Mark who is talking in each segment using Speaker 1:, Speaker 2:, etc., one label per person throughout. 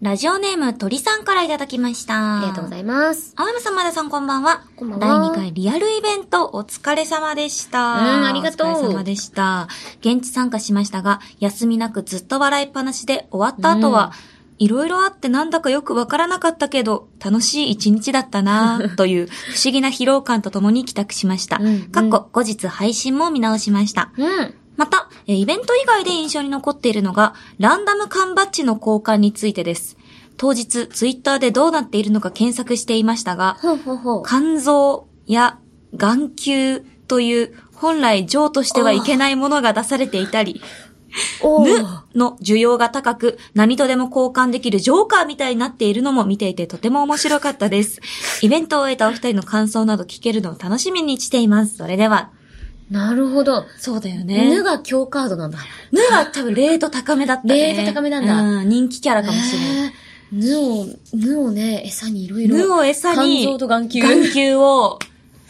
Speaker 1: ラジオネーム鳥さんからいただきました。
Speaker 2: ありがとうございます。
Speaker 1: 青山さん、まださん、こんばんは。
Speaker 2: こんばん
Speaker 1: 第
Speaker 2: は
Speaker 1: 2回リアルイベント、お疲れ様でした。
Speaker 2: うんありがとう
Speaker 1: お疲れ様でした。現地参加しましたが、休みなくずっと笑いっぱなしで終わった後は、いろいろあってなんだかよくわからなかったけど、楽しい一日だったな ぁという不思議な疲労感とともに帰宅しました。
Speaker 2: うんうん
Speaker 1: かっこ後日配信も見直しました。
Speaker 2: うん。
Speaker 1: また、えーイベント以外で印象に残っているのが、ランダム缶バッジの交換についてです。当日、ツイッターでどうなっているのか検索していましたが、
Speaker 2: ほうほうほう。
Speaker 1: 肝臓や眼球という本来情としてはいけないものが出されていたり、
Speaker 2: お
Speaker 1: ぬ
Speaker 2: ー
Speaker 1: の需要が高く、何とでも交換できるジョーカーみたいになっているのも見ていてとても面白かったです。イベントを終えたお二人の感想など聞けるのを楽しみにしています。それでは。
Speaker 2: なるほど。
Speaker 1: そうだよ
Speaker 2: ぬが強カードなんだ。
Speaker 1: ぬは多分レート高めだったね。
Speaker 2: レート高めなんだ
Speaker 1: うん、人気キャラかもしれない。
Speaker 2: い。ぬを、ぬをね、餌にいろいろ。
Speaker 1: ぬを餌に、
Speaker 2: 肝臓と眼球
Speaker 1: 眼球を、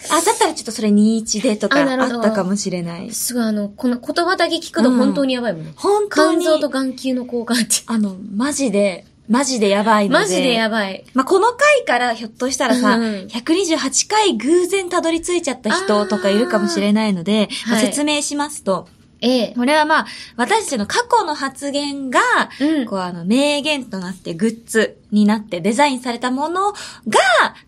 Speaker 1: あ、だったらちょっとそれ21でとか
Speaker 2: あなる
Speaker 1: あ
Speaker 2: ほど
Speaker 1: ったかもしれない。
Speaker 2: すごいあの、この言葉だけ聞くと本当にやばいもんね。
Speaker 1: 本当
Speaker 2: 肝
Speaker 1: に、
Speaker 2: 臓と眼球の交換っ
Speaker 1: あの、マジで、マジでやばい
Speaker 2: て。
Speaker 1: ので。
Speaker 2: マジでやばい。
Speaker 1: まあ、この回からひょっとしたらさ、
Speaker 2: うん
Speaker 1: 128回偶然たどり着いちゃった人とかいるかもしれないので、
Speaker 2: あー
Speaker 1: まあ
Speaker 2: はい
Speaker 1: 説明しますと、
Speaker 2: ええ。
Speaker 1: これはまあ、私たちの過去の発言が、
Speaker 2: うん。
Speaker 1: こうあの、名言となってグッズになってデザインされたものが、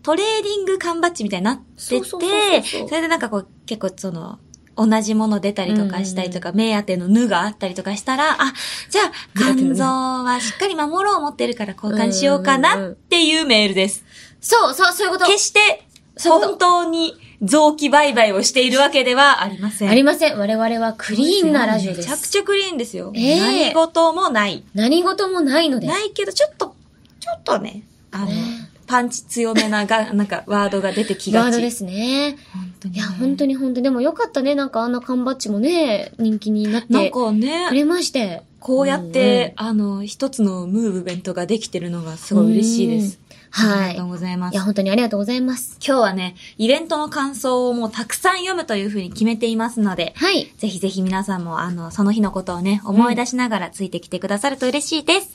Speaker 1: トレーディング缶バッジみたいになってて、
Speaker 2: そうそうそうそうそう
Speaker 1: それでなんかこう、結構その、同じもの出たりとかしたりとか、目当てのぬがあったりとかしたら、あ、じゃあ、肝臓はしっかり守ろう思ってるから交換しようかなっていうメールです。
Speaker 2: そう、そう、そういうこと。
Speaker 1: 決して、本当に臓器売買をしているわけではありません。
Speaker 2: ありません。我々はクリーンなラジオで
Speaker 1: めちゃく
Speaker 2: す。
Speaker 1: ちゃクリーンですよ。
Speaker 2: ええ
Speaker 1: 何事もない。
Speaker 2: 何事もないのです。
Speaker 1: ないけど、ちょっと、ちょっとね、あの、
Speaker 2: ね
Speaker 1: パンチ強めな が、なんか、ワードが出てきがち。
Speaker 2: ワードですね。
Speaker 1: 本当に
Speaker 2: い
Speaker 1: ね、
Speaker 2: や、本当に本当に。でもよかったね。なんかあんな缶バッジもね、人気になっ
Speaker 1: なん
Speaker 2: て
Speaker 1: か
Speaker 2: く
Speaker 1: ね、
Speaker 2: れまして。
Speaker 1: こうやって、あの、一つのムーブメントができてるのがすごい嬉しいです。
Speaker 2: うんはい
Speaker 1: ありがとうございま
Speaker 2: うん。い
Speaker 1: す
Speaker 2: や、。本当にありがとうございます。
Speaker 1: 今日はね、イベントの感想をもうたくさん読むというふうに決めていますので、
Speaker 2: はい。
Speaker 1: ぜひぜひ皆さんも、あの、その日のことをね、思い出しながらついてきてくださると嬉しいです。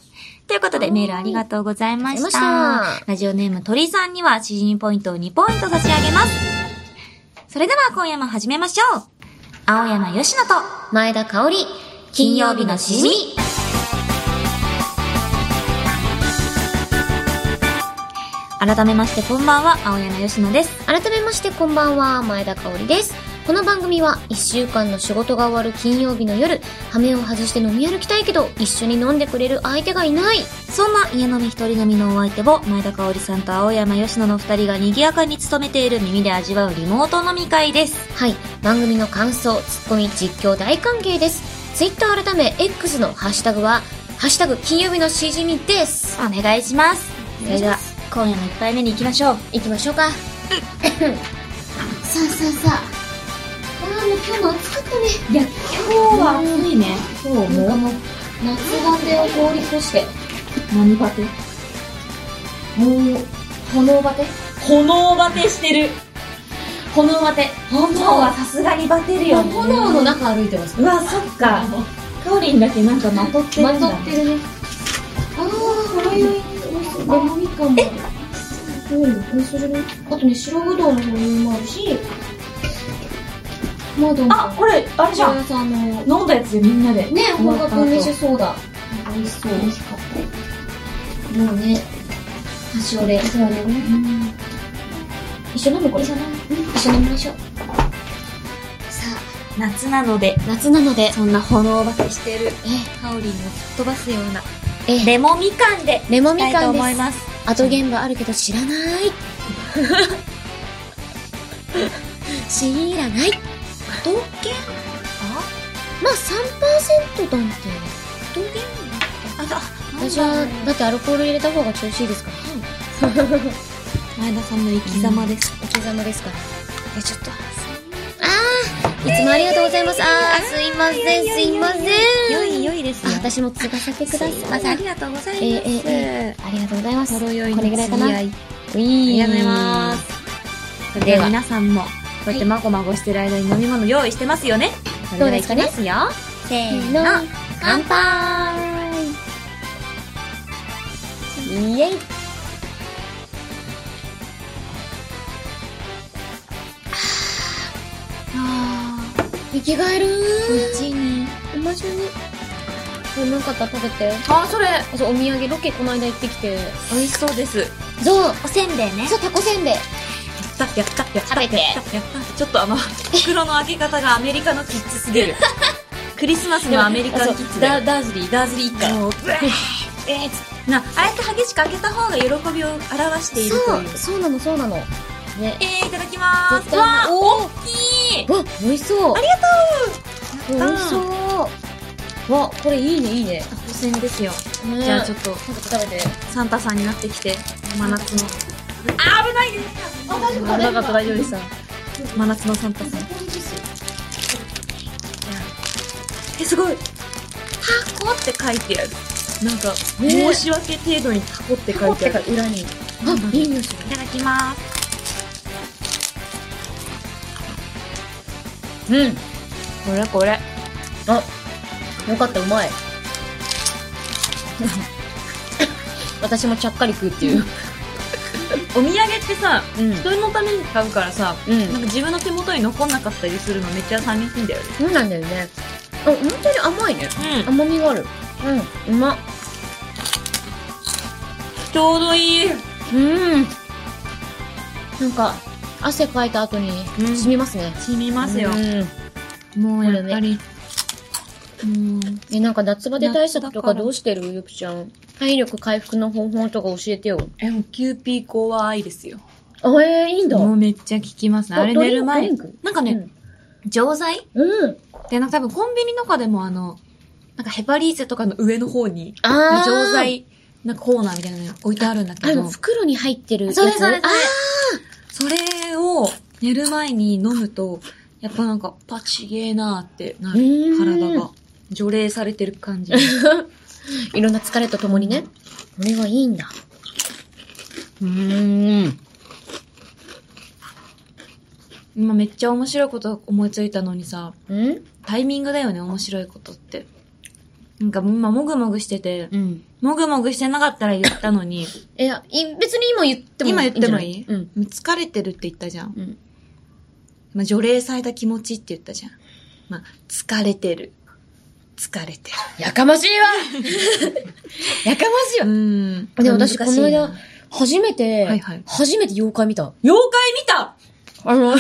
Speaker 1: ということで、
Speaker 2: はい
Speaker 1: メールありがとうございまし
Speaker 2: ありがとうございま
Speaker 1: た
Speaker 2: し。
Speaker 1: ラジオネーム鳥さんには、詩人ポイントを2ポイント差し上げます。それでは、今夜も始めましょう。青山よしのと、
Speaker 2: 前田香織、
Speaker 1: 金曜日のしじみ。改めまして、こんばんは、青山よしのです。
Speaker 2: 改めましてこんばんは、前田香織です。この番組は1週間の仕事が終わる金曜日の夜、羽目を外して飲み歩きたいけど、一緒に飲んでくれる相手がいない。
Speaker 1: そんな家飲み一人飲みのお相手を前田香織さんと青山吉野の二人が賑やかに務めている耳で味わうリモート飲み会です。
Speaker 2: はい、番組の感想、ツッコミ、実況大歓迎です。Twitter 改め X のハッシュタグは、ハッシュタグ金曜日のしじみです。
Speaker 1: お願いします。
Speaker 2: お
Speaker 1: そ
Speaker 2: 願
Speaker 1: れ
Speaker 2: いし
Speaker 1: では
Speaker 2: ま、
Speaker 1: 今夜の一杯目に行きましょう。
Speaker 2: 行きましょうか。さあさあさあ。ああ、もう今日も暑かったね。
Speaker 1: いや、今日は暑いね。
Speaker 2: 今日もう夏バテを通り越して、
Speaker 1: 何バテ
Speaker 2: もう、炎バテ
Speaker 1: 炎バテしてる。
Speaker 2: 炎バテ。
Speaker 1: 炎はさすがにバテるよ、ね。
Speaker 2: 炎の中歩いてます。
Speaker 1: うわ、そっか。カオリンだけなんかまとってる
Speaker 2: ま
Speaker 1: ん
Speaker 2: と
Speaker 1: だ。
Speaker 2: ってるね。ああ、ほろ酔いの人、レモンみかんも。うん、これそれね。あとね、白ぶどうの保留もあるし、まだ
Speaker 1: あ、これ、あれじゃん。
Speaker 2: ん。さんの、
Speaker 1: 飲んだやつでみんなで。
Speaker 2: ね、
Speaker 1: 終
Speaker 2: 本
Speaker 1: わった後
Speaker 2: 格梅酒ソーダ。美味しそう。美味しかった。もうね、端折れ。そうだね。一緒飲むこれ。一緒飲む。一緒飲みましょう。さ
Speaker 1: 夏なので、
Speaker 2: あ、夏なので、
Speaker 1: そんな炎バテしてる。
Speaker 2: え、
Speaker 1: カオリンを吹っ飛ばすような。
Speaker 2: え、
Speaker 1: レモみかんで。
Speaker 2: レモ
Speaker 1: い
Speaker 2: み
Speaker 1: きたい
Speaker 2: か
Speaker 1: と
Speaker 2: んで
Speaker 1: 思
Speaker 2: す
Speaker 1: い。ます。
Speaker 2: 後現場あるけど 知らない知らない
Speaker 1: 刀剣
Speaker 2: まあ3%だんて
Speaker 1: 刀剣あ、あ、
Speaker 2: 私はだってアルコール入れた方が調子いいですから
Speaker 1: 前田さんの生き様です。
Speaker 2: お刻みですから
Speaker 1: いや、ちょっと、
Speaker 2: いつもありがとうございますあーすいませんすいません
Speaker 1: 良い良いです
Speaker 2: あ
Speaker 1: よ。
Speaker 2: 私も継がせてください
Speaker 1: すいませんありがとうございます。
Speaker 2: えーえーえありがとうございます
Speaker 1: ほろ酔い
Speaker 2: こ
Speaker 1: の
Speaker 2: れぐらいかな
Speaker 1: 釣り合いあ
Speaker 2: り
Speaker 1: りがとうございます。それでは皆さんも、こうやってまごまごしてる間に飲み物用意してますよね。
Speaker 2: どうですかね
Speaker 1: それではいきますよ。せ
Speaker 2: せ
Speaker 1: ー
Speaker 2: ー
Speaker 1: の
Speaker 2: の。
Speaker 1: 乾杯
Speaker 2: イエイ
Speaker 1: ああ、
Speaker 2: 生き返る
Speaker 1: うちに。
Speaker 2: おまじゅうにこれなかったら食べて
Speaker 1: ああ、それ
Speaker 2: あそうお土産ロケこの間行ってきて
Speaker 1: 美味しそうです。
Speaker 2: そう
Speaker 1: おせんべいね。
Speaker 2: そうタコせんべい
Speaker 1: やった、やった、やった、
Speaker 2: 食べて
Speaker 1: やったやったちょっ とあの、袋の開け方がアメリカのキッズすぎる。クリスマスのアメリカンキッズ
Speaker 2: ダ
Speaker 1: だよ。
Speaker 2: ダーズリーダーズリー一家
Speaker 1: もう、ブエーえーつな、あえて激しく開けた方が喜びを表しているという。
Speaker 2: そうそうなのそうなのね
Speaker 1: えー、いただきまー
Speaker 2: 絶
Speaker 1: す。
Speaker 2: 対
Speaker 1: わー、
Speaker 2: おー
Speaker 1: 大きい
Speaker 2: わ美味しそうあり
Speaker 1: り
Speaker 2: 美
Speaker 1: がとう
Speaker 2: 味しそうわこれいいねいいね
Speaker 1: 当選ですよ。
Speaker 2: ね
Speaker 1: じゃあちょ
Speaker 2: っ
Speaker 1: っと、
Speaker 2: と食べて
Speaker 1: サンタさんになってきて、真夏の。あー、危ないです
Speaker 2: あ大丈夫か
Speaker 1: 危なかった、大丈夫でした。真夏のサンタさん。え、すごい。箱って書いてある。なんか、
Speaker 2: ね
Speaker 1: 申し訳程度に箱って書
Speaker 2: こ
Speaker 1: いてある。
Speaker 2: う裏に
Speaker 1: なんだろ
Speaker 2: あ
Speaker 1: う
Speaker 2: いい匂いする
Speaker 1: いただきます。うん。これこれ。
Speaker 2: あよかったう まい私もちゃっかり食うっていう
Speaker 1: お土産ってさ、
Speaker 2: うん
Speaker 1: 人のために買うからさ、
Speaker 2: うん
Speaker 1: なんか自分の手元に残んなかったりするのめっちゃ寂しいんだよね。
Speaker 2: そうなんだよねあ本当に甘いね
Speaker 1: うん。
Speaker 2: 甘みがあるうんうまっ
Speaker 1: ちょうどいい。
Speaker 2: うんなんか汗かいた後に
Speaker 1: うん
Speaker 2: 染みますね、
Speaker 1: 染みますよ
Speaker 2: う。ん
Speaker 1: もう
Speaker 2: や
Speaker 1: や
Speaker 2: っ
Speaker 1: っ
Speaker 2: ぱ
Speaker 1: ぱり。うん。
Speaker 2: え、なんか夏バテ対策と
Speaker 1: 夏だ
Speaker 2: か
Speaker 1: から
Speaker 2: どうしてるゆきちゃん。体力回復の方法とか教えてよ。
Speaker 1: え、もうキューピーコアアイですよ。
Speaker 2: あ、えー、いいんだ。
Speaker 1: もうめっちゃ効きますね。あれ
Speaker 2: ド
Speaker 1: 寝る前
Speaker 2: ドリン。ク
Speaker 1: なんかね、錠剤
Speaker 2: うん。うん。
Speaker 1: で、なんか多分コンビニとかでもあの、なんかヘパリーゼとかの上の方に、
Speaker 2: あー。
Speaker 1: 錠。剤、なんかコーナーみたいなのが置いてあるんだ
Speaker 2: あ
Speaker 1: け
Speaker 2: の、
Speaker 1: ど、
Speaker 2: 袋に入ってるやつ。
Speaker 1: それそれそれ
Speaker 2: あ
Speaker 1: それを寝る前に飲むと、やっぱなんかパチゲーなーってな
Speaker 2: う
Speaker 1: る。
Speaker 2: ーん
Speaker 1: 体が。除霊されてる感 じ。
Speaker 2: ーいろんな疲れとともにね。これはいいんだ。うーん。
Speaker 1: 今めっちゃ面白いこと思いついたのにさ、
Speaker 2: うん
Speaker 1: タイミングだよね、面白いことって。なんか今もぐもぐしてて、
Speaker 2: うん。
Speaker 1: もぐもぐしてなかったら言ったのに、
Speaker 2: いや、い別に今言っても
Speaker 1: 今言っても
Speaker 2: い
Speaker 1: い
Speaker 2: いん
Speaker 1: い
Speaker 2: じゃない
Speaker 1: 疲れてるって言ったじゃん。
Speaker 2: うん。うん。
Speaker 1: まあ、除霊された気持ちって言ったじゃん。まあ、疲れてる。疲れて
Speaker 2: やかましいわ やかましい
Speaker 1: る。う
Speaker 2: わ
Speaker 1: ん。
Speaker 2: でも私
Speaker 1: 難しいな
Speaker 2: この間初めて、
Speaker 1: はいはい
Speaker 2: 初めて妖怪見た。
Speaker 1: 妖怪見た
Speaker 2: あの、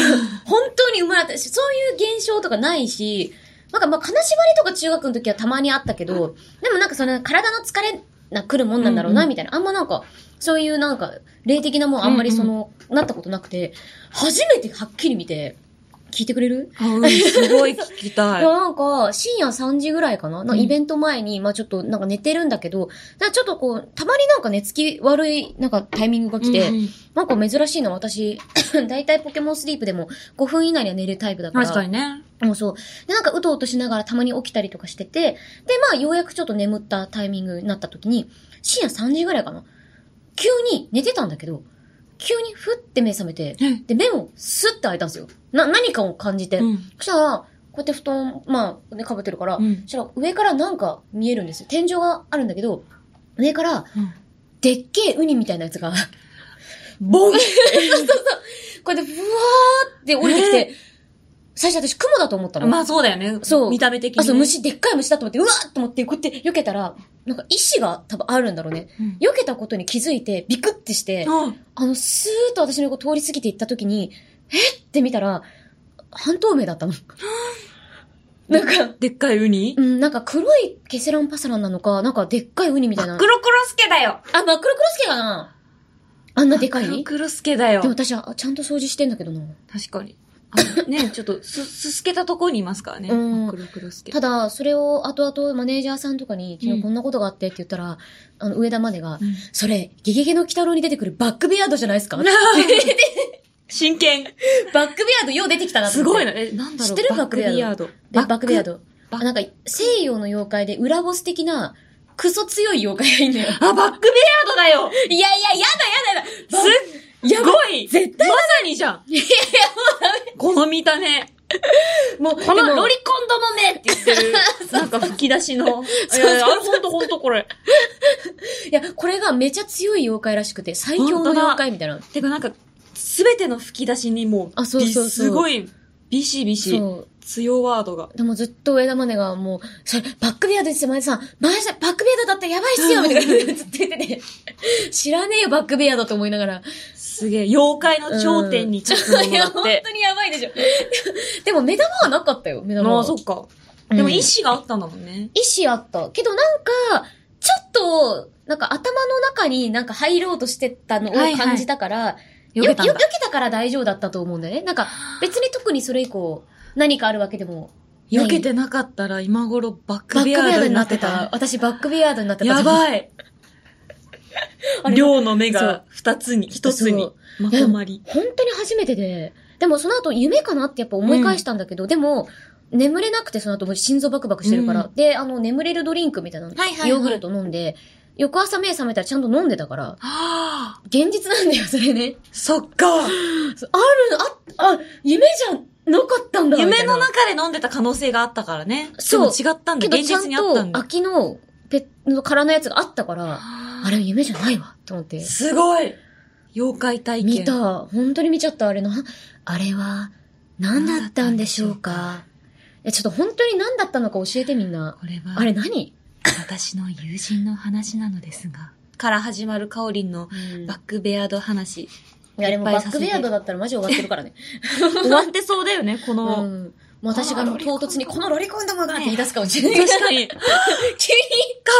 Speaker 2: 本当に生まれたし、そういう現象とかないし、なんかまあ、金縛りとか中学の時はたまにあったけど、でもなんかその体の疲れな来るもんなんだろ
Speaker 1: う
Speaker 2: う
Speaker 1: ん
Speaker 2: な、
Speaker 1: うん
Speaker 2: みたいな。あんまなんか、そういうなんか、霊的なもんあんまりその、なったことなくて、初めてはっきり見て、聞いてくれる、
Speaker 1: あ、うん、すごい聞きた
Speaker 2: い、や
Speaker 1: い。
Speaker 2: なんか、深夜3時ぐらいかななんか
Speaker 1: うん
Speaker 2: イベント前に、まあちょっとなんか寝てるんだけど、なんかちょっとこう、たまになんか寝つき悪い、なんかタイミングが来て、
Speaker 1: うん
Speaker 2: なんか珍しいの私、 だいたいポケモンスリープでも5分以内には寝るタイプだから。
Speaker 1: 確かにね。
Speaker 2: もうそう。で、なんかうとうとしながらたまに起きたりとかしてて、で、まあようやくちょっと眠ったタイミングになった時に、深夜3時ぐらいかな。急に寝てたんだけど、急にふって目覚めて、
Speaker 1: うん
Speaker 2: で、目もスッて開いたんですよ。な、何かを感じて。
Speaker 1: うん。
Speaker 2: そしたら、こうやって布団、まあ、ね、かぶってるから、
Speaker 1: うん
Speaker 2: そしたら上からなんか見えるんですよ。天井があるんだけど、上から、でっけえウニみたいなやつが、
Speaker 1: ボン
Speaker 2: こうやって、ふわーって降りてきて、最初私雲だと思ったの。
Speaker 1: まあそうだよね。
Speaker 2: そう
Speaker 1: 見た目的に、ね。
Speaker 2: あ、そう、。虫、でっかい虫だと思って、うわーっと思って、こうやって避けたら、なんか石が多分あるんだろうね。
Speaker 1: うん、
Speaker 2: 避けたことに気づいて、ビクってして、
Speaker 1: あ
Speaker 2: あの、スーッと私の横通り過ぎて行った時に、えっって見たら、半透明 だったの。なんか、
Speaker 1: でっかいウニ
Speaker 2: う、ん、なんか黒いケセランパサランなのか、なんかでっかいウニみたいな。
Speaker 1: 真っ黒クロスケだよ
Speaker 2: あ、真っ黒クロスケかなあんなでかい
Speaker 1: 真っ黒
Speaker 2: で
Speaker 1: クロスケだよ
Speaker 2: も私は、あちゃんと掃除してんだけどな。
Speaker 1: 確かに。あのね、 ちょっとす、すすけたところにいますからね。
Speaker 2: うん
Speaker 1: 真っ黒クロスケ。
Speaker 2: ただ、それを後々マネージャーさんとかに、昨
Speaker 1: う
Speaker 2: 日
Speaker 1: ん
Speaker 2: こんなことがあってって言ったら、あの、上田までが
Speaker 1: う、ん
Speaker 2: それ、ゲゲゲの鬼太郎に出てくるバックビヤードじゃないですかバック
Speaker 1: 真剣。
Speaker 2: ビヤードよう出てきたなと
Speaker 1: す
Speaker 2: 思っ
Speaker 1: ご
Speaker 2: て
Speaker 1: いな。え、なんだろう。
Speaker 2: 知ってる
Speaker 1: バックビヤード。
Speaker 2: でバックビヤード。
Speaker 1: バッ
Speaker 2: あなんか、西洋の妖怪で裏ボス的な、クソ強い妖怪がいいんだよ。
Speaker 1: あ、バックビヤードだよ
Speaker 2: いやいや、やだやだやだ
Speaker 1: すっごい
Speaker 2: 絶
Speaker 1: 対まさにじゃんいや、もうダメこの見た目
Speaker 2: もう、
Speaker 1: こ
Speaker 2: で
Speaker 1: の
Speaker 2: も
Speaker 1: ロリコンど もめって言ってる、なんか吹き出しの。いやいや、あれほんとほんとこれ。
Speaker 2: いや、これがめちゃ強い妖怪らしくて、最強の妖怪みたいな。
Speaker 1: てかなんか、すべての吹き出しにもう、
Speaker 2: あそうそうそう
Speaker 1: びすごい、ビシビシ、
Speaker 2: そう。
Speaker 1: 強ワードが。
Speaker 2: でもずっと上田マネがもう、それ、バックビアードですよ、マネさん。マネさん、バックビアードだったらやばいっすよみたいなずっと言ってて。知らねえよ、バックビアードと思いながら。
Speaker 1: すげえ、妖怪の頂点に立つもの
Speaker 2: いや、
Speaker 1: だ
Speaker 2: 本
Speaker 1: って。
Speaker 2: 当にやばいでしょ。でも目玉はなかったよ、目玉
Speaker 1: ま
Speaker 2: は。
Speaker 1: あ、そっか。
Speaker 2: うん
Speaker 1: でも、意志があったんだもんね。
Speaker 2: 意思あった。けどなんか、ちょっと、なんか頭の中になんか入ろうとしてたのを
Speaker 1: はいはい
Speaker 2: 感じたから、
Speaker 1: よけ
Speaker 2: よけ
Speaker 1: たんだ
Speaker 2: よ。けたから大丈夫だったと思うんだよね。なんか、別に特にそれ以降、何かあるわけでも。
Speaker 1: よけてなかったら、今頃バッ
Speaker 2: バ
Speaker 1: ク
Speaker 2: ックビ
Speaker 1: ビ
Speaker 2: ア
Speaker 1: アー
Speaker 2: ード
Speaker 1: ド
Speaker 2: に
Speaker 1: に
Speaker 2: な
Speaker 1: な
Speaker 2: っ
Speaker 1: ってて
Speaker 2: た。
Speaker 1: た。
Speaker 2: 私、バックビアードになってた。
Speaker 1: やばい。
Speaker 2: あれ
Speaker 1: 量の目
Speaker 2: そう
Speaker 1: が二つに、一つに
Speaker 2: そ、
Speaker 1: まとまり。
Speaker 2: 本当に初めてで、でもその後夢かなってやっぱ思い返したんだけど、でも、眠れなくてその後もう心臓バクバクしてるから、
Speaker 1: う
Speaker 2: で、あの、眠れるドリンクみたいなの、
Speaker 1: はいはいはい
Speaker 2: ヨーグルト飲んで、翌朝目覚めたらちゃんと飲んでたから、
Speaker 1: はあ、
Speaker 2: 現実なんだよ、それね。
Speaker 1: そっか。
Speaker 2: そうある、あ、あ、夢じゃなかったんだみた
Speaker 1: 夢
Speaker 2: いな
Speaker 1: の中で飲んでた可能性があったからね。
Speaker 2: そう
Speaker 1: でも違ったんだ。
Speaker 2: けど
Speaker 1: 現
Speaker 2: ちゃ
Speaker 1: 実
Speaker 2: ん
Speaker 1: にあったん
Speaker 2: と、
Speaker 1: だ。
Speaker 2: 秋のペッの殻のやつがあったから、あれは夢じゃないわ、と思って。
Speaker 1: すごい妖怪体験。
Speaker 2: 見た。本当に見ちゃった。あれな、あれは、何だったんでしょうか。え、ちょっと本当に何だったのか教えてみんな。
Speaker 1: これは、
Speaker 2: あれ何
Speaker 1: 私の友人の話なのですが。から始まるカオリンのバッ
Speaker 2: あ
Speaker 1: クベアード話。
Speaker 2: れも
Speaker 1: いっぱ
Speaker 2: バ
Speaker 1: い
Speaker 2: ッ
Speaker 1: さ
Speaker 2: ク
Speaker 1: せて
Speaker 2: ベアードだったらマジ終わってる からね。
Speaker 1: 終わってそうだよね、こ
Speaker 2: うん。
Speaker 1: の。
Speaker 2: もう私がもう唐突に、このロリコンどもがって言い出すかもしれない。
Speaker 1: 確かに。カ
Speaker 2: 急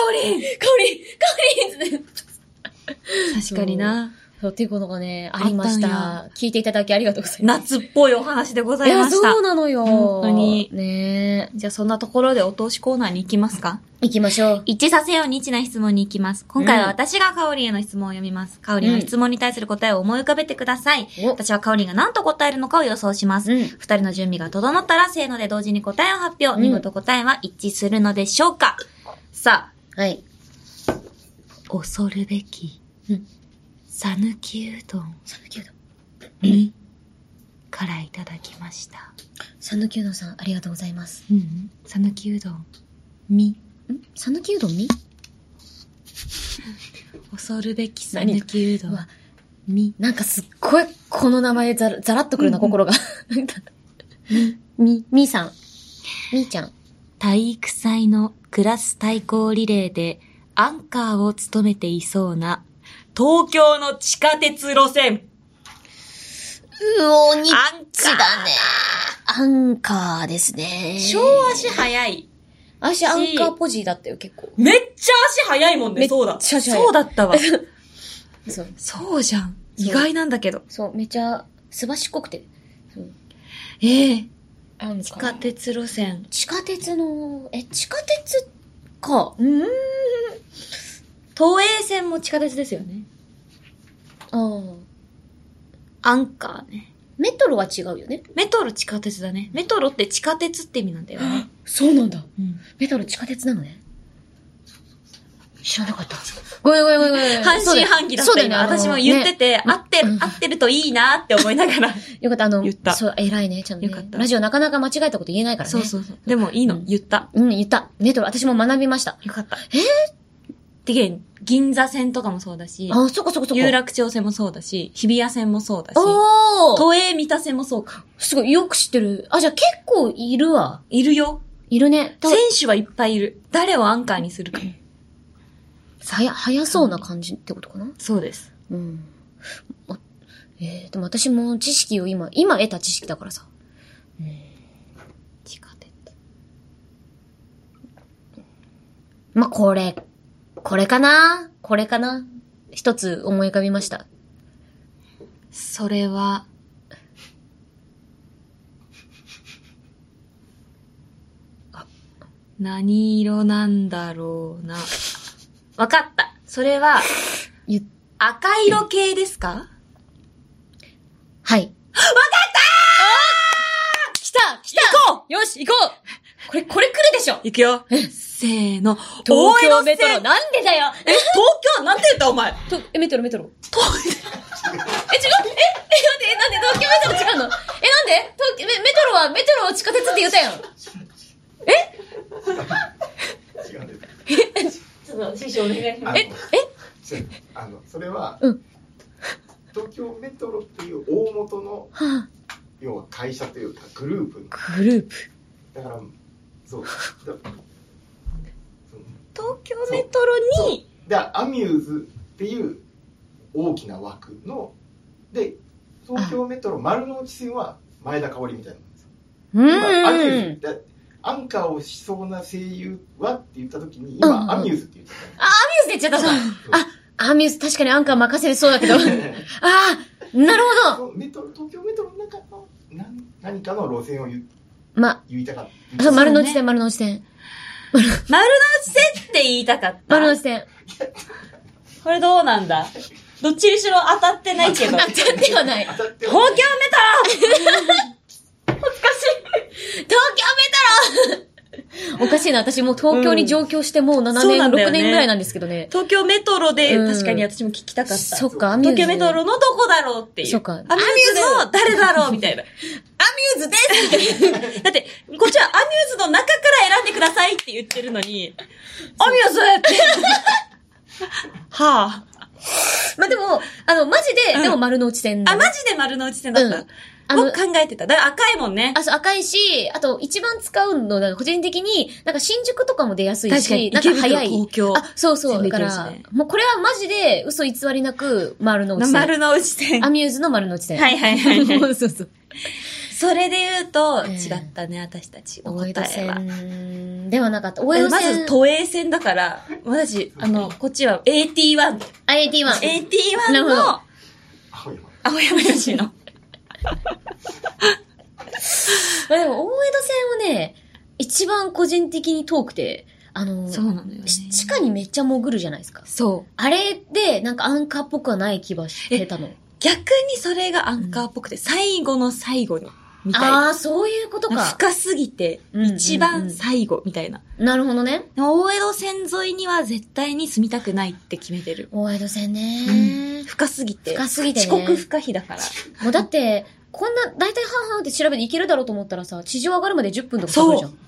Speaker 1: オリン
Speaker 2: に、カオリン、カオリン
Speaker 1: 確かにな。
Speaker 2: そう、っていうことがね、ありまし
Speaker 1: あ
Speaker 2: た。聞いていただきありがとうございます。
Speaker 1: 夏っぽいお話でございまし
Speaker 2: いや、
Speaker 1: た
Speaker 2: そう。なのよ。
Speaker 1: 本当に
Speaker 2: ねえ。
Speaker 1: じゃあそんなところでお通しコーナーに行きますか
Speaker 2: 行きましょう。
Speaker 1: 一致させようニッチな質問に行きます。今回
Speaker 2: うん
Speaker 1: は私がカオリンへの質問を読みます。カオリンの質問に対する答えを思い浮かべてください。
Speaker 2: お
Speaker 1: 私はカオリンが何と答えるのかを予想します。
Speaker 2: うん。
Speaker 1: 二人の準備が整ったら、せーので同時に答えを発表。
Speaker 2: うん
Speaker 1: 見事答えは一致するのでしょうかさ
Speaker 2: はい。
Speaker 1: あ、恐るべき
Speaker 2: うん、
Speaker 1: さぬきうどん
Speaker 2: サムキュード。
Speaker 1: に、からいただきました。
Speaker 2: サヌキうどんさん、ありがとうございます。
Speaker 1: うん、さぬきうどん、み、
Speaker 2: んサヌキうどんに
Speaker 1: 恐るべきさ
Speaker 2: 何
Speaker 1: ぬきうど
Speaker 2: うんわ、
Speaker 1: み、
Speaker 2: なんかすっごい、この名前ざら、ざらっとくるな、
Speaker 1: うんうん
Speaker 2: 心が。み、みーさん。みーちゃん。
Speaker 1: 体育祭のクラス対抗リレーでアンカーを務めていそうな、東京の地下鉄路線、
Speaker 2: うお、に
Speaker 1: アンカー。
Speaker 2: ね。アンカーですね
Speaker 1: 超足早い。
Speaker 2: 足アンカーポジだったよ、結構。
Speaker 1: めっちゃ足早いもん
Speaker 2: め
Speaker 1: ね、
Speaker 2: っ
Speaker 1: そうだ。
Speaker 2: ちゃ足早い
Speaker 1: そうだったわ。
Speaker 2: そう。
Speaker 1: そうじゃん。
Speaker 2: そう
Speaker 1: 意外なんだけど。
Speaker 2: そう、めちゃ、すばしっこくて。そう
Speaker 1: ええ
Speaker 2: アン
Speaker 1: 地
Speaker 2: カ
Speaker 1: 下
Speaker 2: ー。
Speaker 1: 鉄路線。
Speaker 2: 地下鉄の、え、地下鉄か。うーん。
Speaker 1: 東映線も地下鉄ですよね。
Speaker 2: ああ。
Speaker 1: アンカーね。
Speaker 2: メトロは違うよね。
Speaker 1: メトロ地下鉄だね。メトロって地下鉄って意味なんだよね。
Speaker 2: そうなんだ。
Speaker 1: うん。
Speaker 2: メトロ地下鉄なのね。知らなかった。ごめんごめんごめんごめん。
Speaker 1: 半
Speaker 2: そう
Speaker 1: 信
Speaker 2: だよ
Speaker 1: 半疑だっ
Speaker 2: そうだ
Speaker 1: た
Speaker 2: よね。
Speaker 1: 今。私も
Speaker 2: あの
Speaker 1: 言って
Speaker 2: ね
Speaker 1: て、合ってる
Speaker 2: う、ん
Speaker 1: 合ってるといいなって思いなが ら。
Speaker 2: よかった、あの、
Speaker 1: 言った
Speaker 2: そう、偉いね、ちゃんと、ね。
Speaker 1: よかった
Speaker 2: ラジオなかなか間違えたこと言えないからね。
Speaker 1: そうそうそう。でもいいの、
Speaker 2: うん
Speaker 1: 言った。
Speaker 2: う。うん、言った。メトロ、私も学びました。
Speaker 1: よかった。えでけん、銀座線とかもそうだし、
Speaker 2: あ、そこそこそこ。
Speaker 1: 有楽町線もそうだし、日比谷線もそうだし、
Speaker 2: おー
Speaker 1: 都営三田線もそうか。
Speaker 2: すごい、よく知ってる。あ、じゃあ結構いるわ。
Speaker 1: いるよ。
Speaker 2: いるね。
Speaker 1: 選手はいっぱいいる。誰をアンカーにするか。
Speaker 2: はや、早そうな感じってことかな
Speaker 1: そうです。
Speaker 2: うん。あえー、でも私も知識を今、今得た知識だからさ。
Speaker 1: 地下鉄。
Speaker 2: まあ、これ、これかなこれかな一つ思い浮かびました。
Speaker 1: それは、あ何色なんだろうな。わかった。それは、
Speaker 2: ゆ
Speaker 1: 赤色系ですか
Speaker 2: はい。わかった来た来た
Speaker 1: 行こ
Speaker 2: よし、行こうこれ、これ来るでしょ
Speaker 1: 行くよ。せーの。
Speaker 2: 東京メト
Speaker 1: 大江戸
Speaker 2: ロ、
Speaker 1: 線
Speaker 2: なんでだよ
Speaker 1: え、東京なんて言ったお前。
Speaker 2: とえ、メトロ、メトロ。
Speaker 1: 東
Speaker 2: え、違うえ、え、待って、え、なんで東京メトロ違うのえ、なんで東京メ、メトロは、メトロを地下鉄って言ったやん。ええ、え、
Speaker 3: 違うあのそれは、
Speaker 2: うん
Speaker 3: 東京メトロっていう大元の
Speaker 2: は
Speaker 3: 要は会社というかグループ
Speaker 2: あ、グループ。
Speaker 3: だからそうだそう
Speaker 1: 東京メトロに、
Speaker 3: でアミューズっていう大きな枠ので東京メトロ丸の内線は前田香織みたいなもんですよ
Speaker 2: う
Speaker 3: 今アミュー
Speaker 2: ん
Speaker 3: ズ。だアンカーをしそうな声優はって言った時に今、
Speaker 2: うん
Speaker 3: アミューズって言って
Speaker 2: アミューズって言っちゃった。
Speaker 3: た
Speaker 2: アミューズ、確かにアンカー任せてそうだけ ど。ああ、なるほど。
Speaker 3: そうメトロ東京メトロの中の何何かの路線を言
Speaker 2: ま、
Speaker 3: 言いたかった
Speaker 2: そう、
Speaker 1: ま
Speaker 2: 丸の内線、丸の内線。
Speaker 1: 丸の内線って言いたかった。
Speaker 2: 丸の内線。
Speaker 1: これどうなんだどっちにしろ 当たってないけど。
Speaker 2: あ、
Speaker 1: 東
Speaker 2: ちゃってはない。
Speaker 3: 当たって
Speaker 1: 京メ
Speaker 3: はない
Speaker 1: ト
Speaker 2: 東京メトロ おかしいな、私もう東京に上京してもう7
Speaker 1: そう
Speaker 2: 年、
Speaker 1: なんだよ
Speaker 2: 6
Speaker 1: ね
Speaker 2: 年ぐらいなんですけどね。
Speaker 1: ロ東京メトロで、
Speaker 2: うん
Speaker 1: 確かに私も聞きたかった。
Speaker 2: そっ
Speaker 1: 東
Speaker 2: か、アミューズ。
Speaker 1: 京メトロのどこだろうっていう。
Speaker 2: そっか
Speaker 1: アミューズの誰だろうみたいな。アミューズ ですだって、こっちはアミューズの中から選んでくださいって言ってるのに、アミューズって。はあ。
Speaker 2: まあ、でも、あの、マジで、
Speaker 1: うん
Speaker 2: でも丸の内線だ
Speaker 1: あ、
Speaker 2: ね。
Speaker 1: マジで丸の内線だった。
Speaker 2: うんあの
Speaker 1: 僕考えてた。だから赤いもんね。
Speaker 2: あ、そう、赤いし、あと、一番使うのが、個人的に、なんか新宿とかも出やすいし、なんか早い。
Speaker 1: 京
Speaker 2: あ、そうそう。
Speaker 1: 全部
Speaker 2: だ
Speaker 1: 行
Speaker 2: か
Speaker 1: けるしね
Speaker 2: ら、もうこれはマジで、嘘偽りなく、丸の内線。
Speaker 1: 丸の内線。
Speaker 2: ア
Speaker 1: は
Speaker 2: ミューズの丸の内線。
Speaker 1: いはいはいはい。
Speaker 2: もうそうそう。
Speaker 1: それで言うと、
Speaker 2: ええ
Speaker 1: 違ったね、私たちの
Speaker 2: 大江戸
Speaker 1: 答えは。
Speaker 2: 線ではなかった。大江
Speaker 1: ま
Speaker 2: 戸線。
Speaker 1: ず、都営線だから、私、あの、こっちは AT1。
Speaker 2: IAT1。な
Speaker 1: AT1
Speaker 2: るほど
Speaker 1: の、
Speaker 3: 青山
Speaker 1: 青山吉の。
Speaker 2: まあでも、大江戸線はね、一番個人的に遠くて、あの、
Speaker 1: うなのよね
Speaker 2: し地下にめっちゃ潜るじゃないですか。
Speaker 1: そう。
Speaker 2: あれで、なんかアンカーっぽくはない気はしてたの。
Speaker 1: 逆にそれがアンカーっぽくて、最後の最後に、みたいな。
Speaker 2: ああー、そういうことか。
Speaker 1: 深すぎて、
Speaker 2: うんうんうん
Speaker 1: 一番最後、みたいな。
Speaker 2: なるほどね。
Speaker 1: でも大江戸線沿いには絶対に住みたくないって決めてる。
Speaker 2: 大江戸線ね、
Speaker 1: うん深すぎて。
Speaker 2: 深すぎてね
Speaker 1: 遅刻不可避だ から。
Speaker 2: もうだって、こんな、大体半々って調べていけるだろうと思ったらさ、地上上がるまで10分とかかかるじゃん。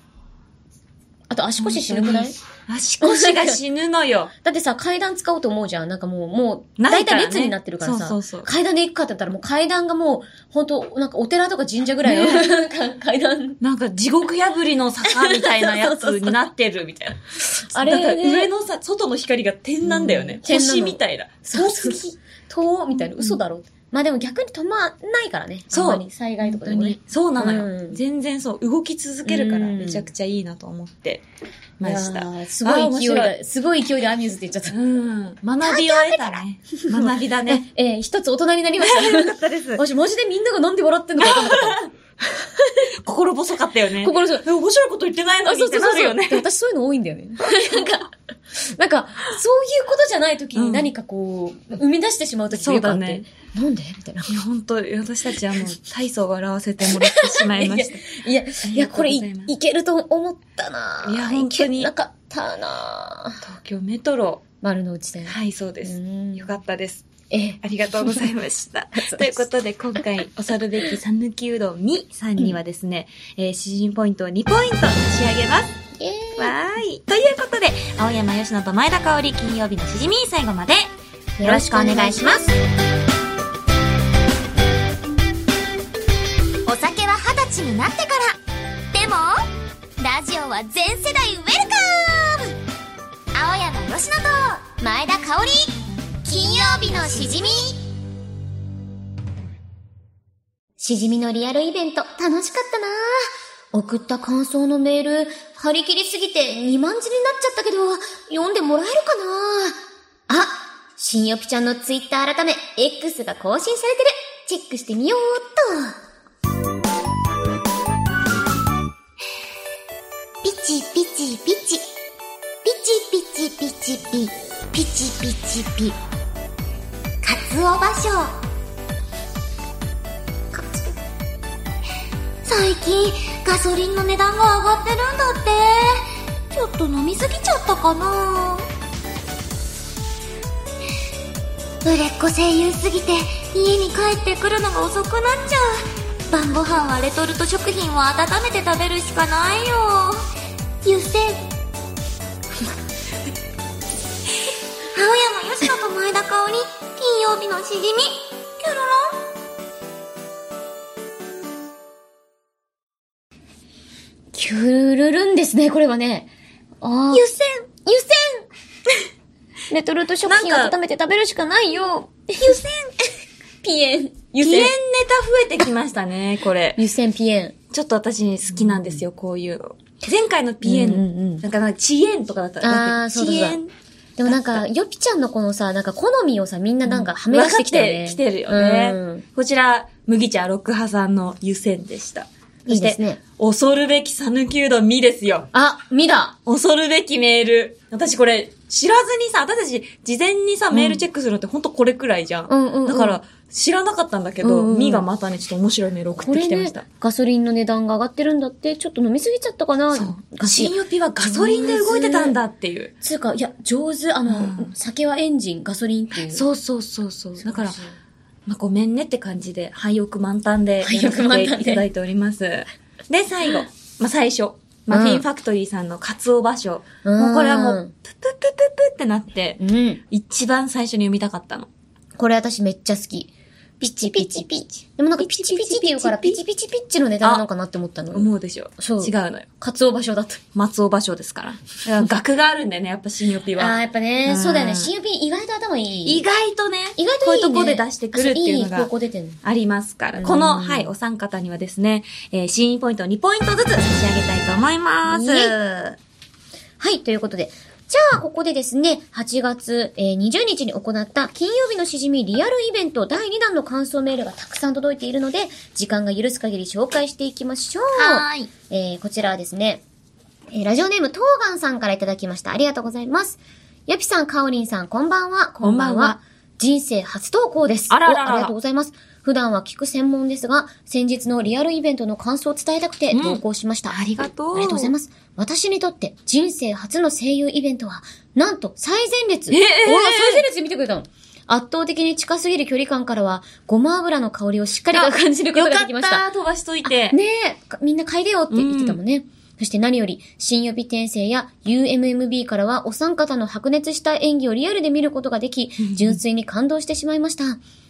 Speaker 2: あと足腰死ぬくない
Speaker 1: 足腰が死ぬのよ。
Speaker 2: だってさ、階段使おうと思うじゃん。なんかもう、もう、
Speaker 1: ない
Speaker 2: 大
Speaker 1: から
Speaker 2: 体
Speaker 1: ね
Speaker 2: 列になってるからさ。
Speaker 1: そうそうそう
Speaker 2: 階段で行くかって言ったらもう階段がもう、本当なんかお寺とか神社ぐらいの、なんか階段。
Speaker 1: なんか地獄破りの坂みたいなやつになってるみたいな。
Speaker 2: あれね
Speaker 1: なんか上のさ、外の光が点なんだよね
Speaker 2: うん。点なの
Speaker 1: 星みたいな。
Speaker 2: そうそう
Speaker 1: 遠すぎ
Speaker 2: 遠みたいな、嘘だろ。まあでも逆に止まんないからね。
Speaker 1: そう
Speaker 2: あんまり災害とかでもね。
Speaker 1: そうなのよ、
Speaker 2: うん
Speaker 1: 全然そう。動き続けるから、
Speaker 2: うん
Speaker 1: めちゃくちゃいいなと思ってまし
Speaker 2: いや
Speaker 1: た。
Speaker 2: ーすごい勢い
Speaker 1: あー面白
Speaker 2: で、すごい勢いでアミューズって言っちゃっ
Speaker 1: うん。学びを得た ね。学びだ
Speaker 2: た。
Speaker 1: ね。
Speaker 2: ね、えー、一つ大人になりました。
Speaker 1: かった です
Speaker 2: 私、マジでみんながなんで笑ってんのか分かんなかっ
Speaker 1: 心細かったよね
Speaker 2: た。。心強 い。
Speaker 1: え面白いこと言ってないの
Speaker 2: あ、
Speaker 1: に
Speaker 2: そう
Speaker 1: って
Speaker 2: そう
Speaker 1: な
Speaker 2: そ
Speaker 1: る
Speaker 2: うそ
Speaker 1: よ
Speaker 2: う。
Speaker 1: ね。
Speaker 2: で私そういうの多いんだよね。なんか、なんか、そういうことじゃない時
Speaker 1: う
Speaker 2: に
Speaker 1: ん
Speaker 2: 何かこう、生み出してしまう時と
Speaker 1: そう
Speaker 2: か
Speaker 1: だ
Speaker 2: って、
Speaker 1: ね
Speaker 2: なんでみたいな。
Speaker 1: いや、本当私たちはも う、大層笑わせてもらってしまいました。
Speaker 2: いや、
Speaker 1: り
Speaker 2: い
Speaker 1: が
Speaker 2: や、
Speaker 1: とうご
Speaker 2: こ
Speaker 1: ざ
Speaker 2: れ
Speaker 1: い
Speaker 2: い
Speaker 1: ます
Speaker 2: いけると思ったないい
Speaker 1: や本当に
Speaker 2: いけなかったな
Speaker 1: 東京メトロ。
Speaker 2: 丸の内線。
Speaker 1: はい、そうです。
Speaker 2: うん
Speaker 1: よかったです。
Speaker 2: ええ。
Speaker 1: ありがとうございました。
Speaker 2: そう
Speaker 1: とい
Speaker 2: で
Speaker 1: うこ
Speaker 2: す
Speaker 1: とで、今回、恐るべきさぬきうどん2さんにはですね、えー、詩人ポイントを2ポイント差し上げます。
Speaker 2: イエーイ
Speaker 1: わーい。ということで、青山よしのと前田香織金曜日のしじみ最後まで、
Speaker 2: よろしくお願いします。
Speaker 4: お酒は二十歳になってからでもラジオは全世代ウェルカム青山佳乃と前田香織金曜日のしじみ
Speaker 2: しじみのリアルイベント楽しかったな送った感想のメール、張り切りすぎて2万字になっちゃったけど、読んでもらえるかなあ、新よぴちゃんのツイッター改め、X が更新されてる。チェックしてみようっと。
Speaker 4: ピチピチピチピチピチピチピピチピチピカツオ芭蕉最近ガソリンの値段が上がってるんだってちょっと飲みすぎちゃったかな売れっ子声優すぎて家に帰ってくるのが遅くなっちゃう晩ご飯はレトルト食品を温めて食べるしかないよ湯煎青山佳乃と前
Speaker 2: 前田香織、金曜日のしじみ、キョロロキュルルルンですね、これはね。ああ。湯煎湯 煎レトルト食品を
Speaker 1: なんか
Speaker 2: 温めて食べるしかないよ。湯煎 ピエン。湯
Speaker 1: ピエン
Speaker 2: 煎
Speaker 1: ネ。タ増えてきましたね、これ。
Speaker 2: 湯煎ピエン。
Speaker 1: ちょっと私好きなんですよ、こういうの。前回のピエ
Speaker 2: うんうんう
Speaker 1: ン、
Speaker 2: ん
Speaker 1: なんかなんか遅延とかだった
Speaker 2: あーそう
Speaker 1: 遅
Speaker 2: だそうだ
Speaker 1: 延。
Speaker 2: でもなんか、よぴちゃんのこのさ、なんか好みをさ、みんななんかはめ出してきたよね。
Speaker 1: 分かってきてるよね。
Speaker 2: うん
Speaker 1: こちら、麦茶六波さんの湯煎でした。そ
Speaker 2: いい
Speaker 1: して
Speaker 2: ですね。
Speaker 1: 恐るべき讃岐うどんみですよ。
Speaker 2: あ、みだ
Speaker 1: 恐るべきメール。私これ、知らずにさ、私たち事前にさ、メールチェックするのってほんとこれくらいじゃん。
Speaker 2: うんうんうん
Speaker 1: だから、知らなかったんだけど、
Speaker 2: うんうんうん
Speaker 1: みがまたね、ちょっと面白いメール送
Speaker 2: こ
Speaker 1: って
Speaker 2: れ
Speaker 1: きてま
Speaker 2: ね
Speaker 1: した。、
Speaker 2: ガソリンの値段が上がってるんだって、ちょっと飲みすぎちゃったかな。ガソリ
Speaker 1: 新
Speaker 2: ン。
Speaker 1: 予備はガソリンで動いてたんだっていう。
Speaker 2: つうか、いや、上手。あの、
Speaker 1: うん
Speaker 2: 酒はエンジン、ガソリンっていう。
Speaker 1: そうそうそうそう。だから
Speaker 2: そ、う
Speaker 1: まあ、ごめんねって感じで、廃屋満タンで、
Speaker 2: 廃屋満タン
Speaker 1: い
Speaker 2: で
Speaker 1: ただいております。で、最後。まあ、最初。マフィンファクトリーさんのカツオ場所。
Speaker 2: うん
Speaker 1: もうこれはもう、プププププってなって、
Speaker 2: うん。
Speaker 1: 一番最初に読みたかったの。
Speaker 2: これ私めっちゃ好き。ピチピチピチ。でもなんかピチピチって言うから、ピチピチピッチの値段なのかなって思ったの。
Speaker 1: 思うでしょ。
Speaker 2: そう
Speaker 1: 違うのよ。
Speaker 2: カツオ場所だった。
Speaker 1: 松尾芭蕉ですから。だ から額があるんだよね、やっぱ新予備
Speaker 2: ああー、
Speaker 1: は。
Speaker 2: やっぱね
Speaker 1: う、ん
Speaker 2: そうだよね。新品意外と頭いい。
Speaker 1: 意外とね、
Speaker 2: 意外
Speaker 1: ことうい
Speaker 2: いいうね。
Speaker 1: とこで出してくるっていうの
Speaker 2: あそいい
Speaker 1: が
Speaker 2: 方。向出てんの。
Speaker 1: ありますから。
Speaker 2: うん
Speaker 1: この、はい、お三方にはですね、えー、シーンポイントを2ポイントずつ差し上げたいと思います。
Speaker 2: イエイ
Speaker 1: は
Speaker 2: はい、ということで。じゃあ、ここでですね、8月、えー20日に行った金曜日のしじみリアルイベント第2弾の感想メールがたくさん届いているので、時間が許す限り紹介していきましょう。
Speaker 4: はーい。
Speaker 2: えーこちらはですね、えーラジオネーム、トーガンさんからいただきました。ありがとうございます。よぴさん、かおりんさん、こんばんは。
Speaker 1: こんばんは
Speaker 2: 人生初投稿です。
Speaker 1: あららら
Speaker 2: おありがとうございます。普段は聞く専門ですが、先日のリアルイベントの感想を伝えたくて
Speaker 1: うん
Speaker 2: 投稿しました。
Speaker 1: ありがとう
Speaker 2: ありがとうございます。私にとって人生初の声優イベントは、なんと最前列。
Speaker 1: ええ
Speaker 2: お最前列で見てくれたの圧倒的に近すぎる距離感からは、ごま油の香りをしっかりと感じることができました。
Speaker 1: よかった、飛ばしといて。
Speaker 2: ねえ、かみんな嗅いでよって言ってたもんね。そして何より、新予備転生や UMMB からはお三方の白熱した演技をリアルで見ることができ、純粋に感動してしまいました。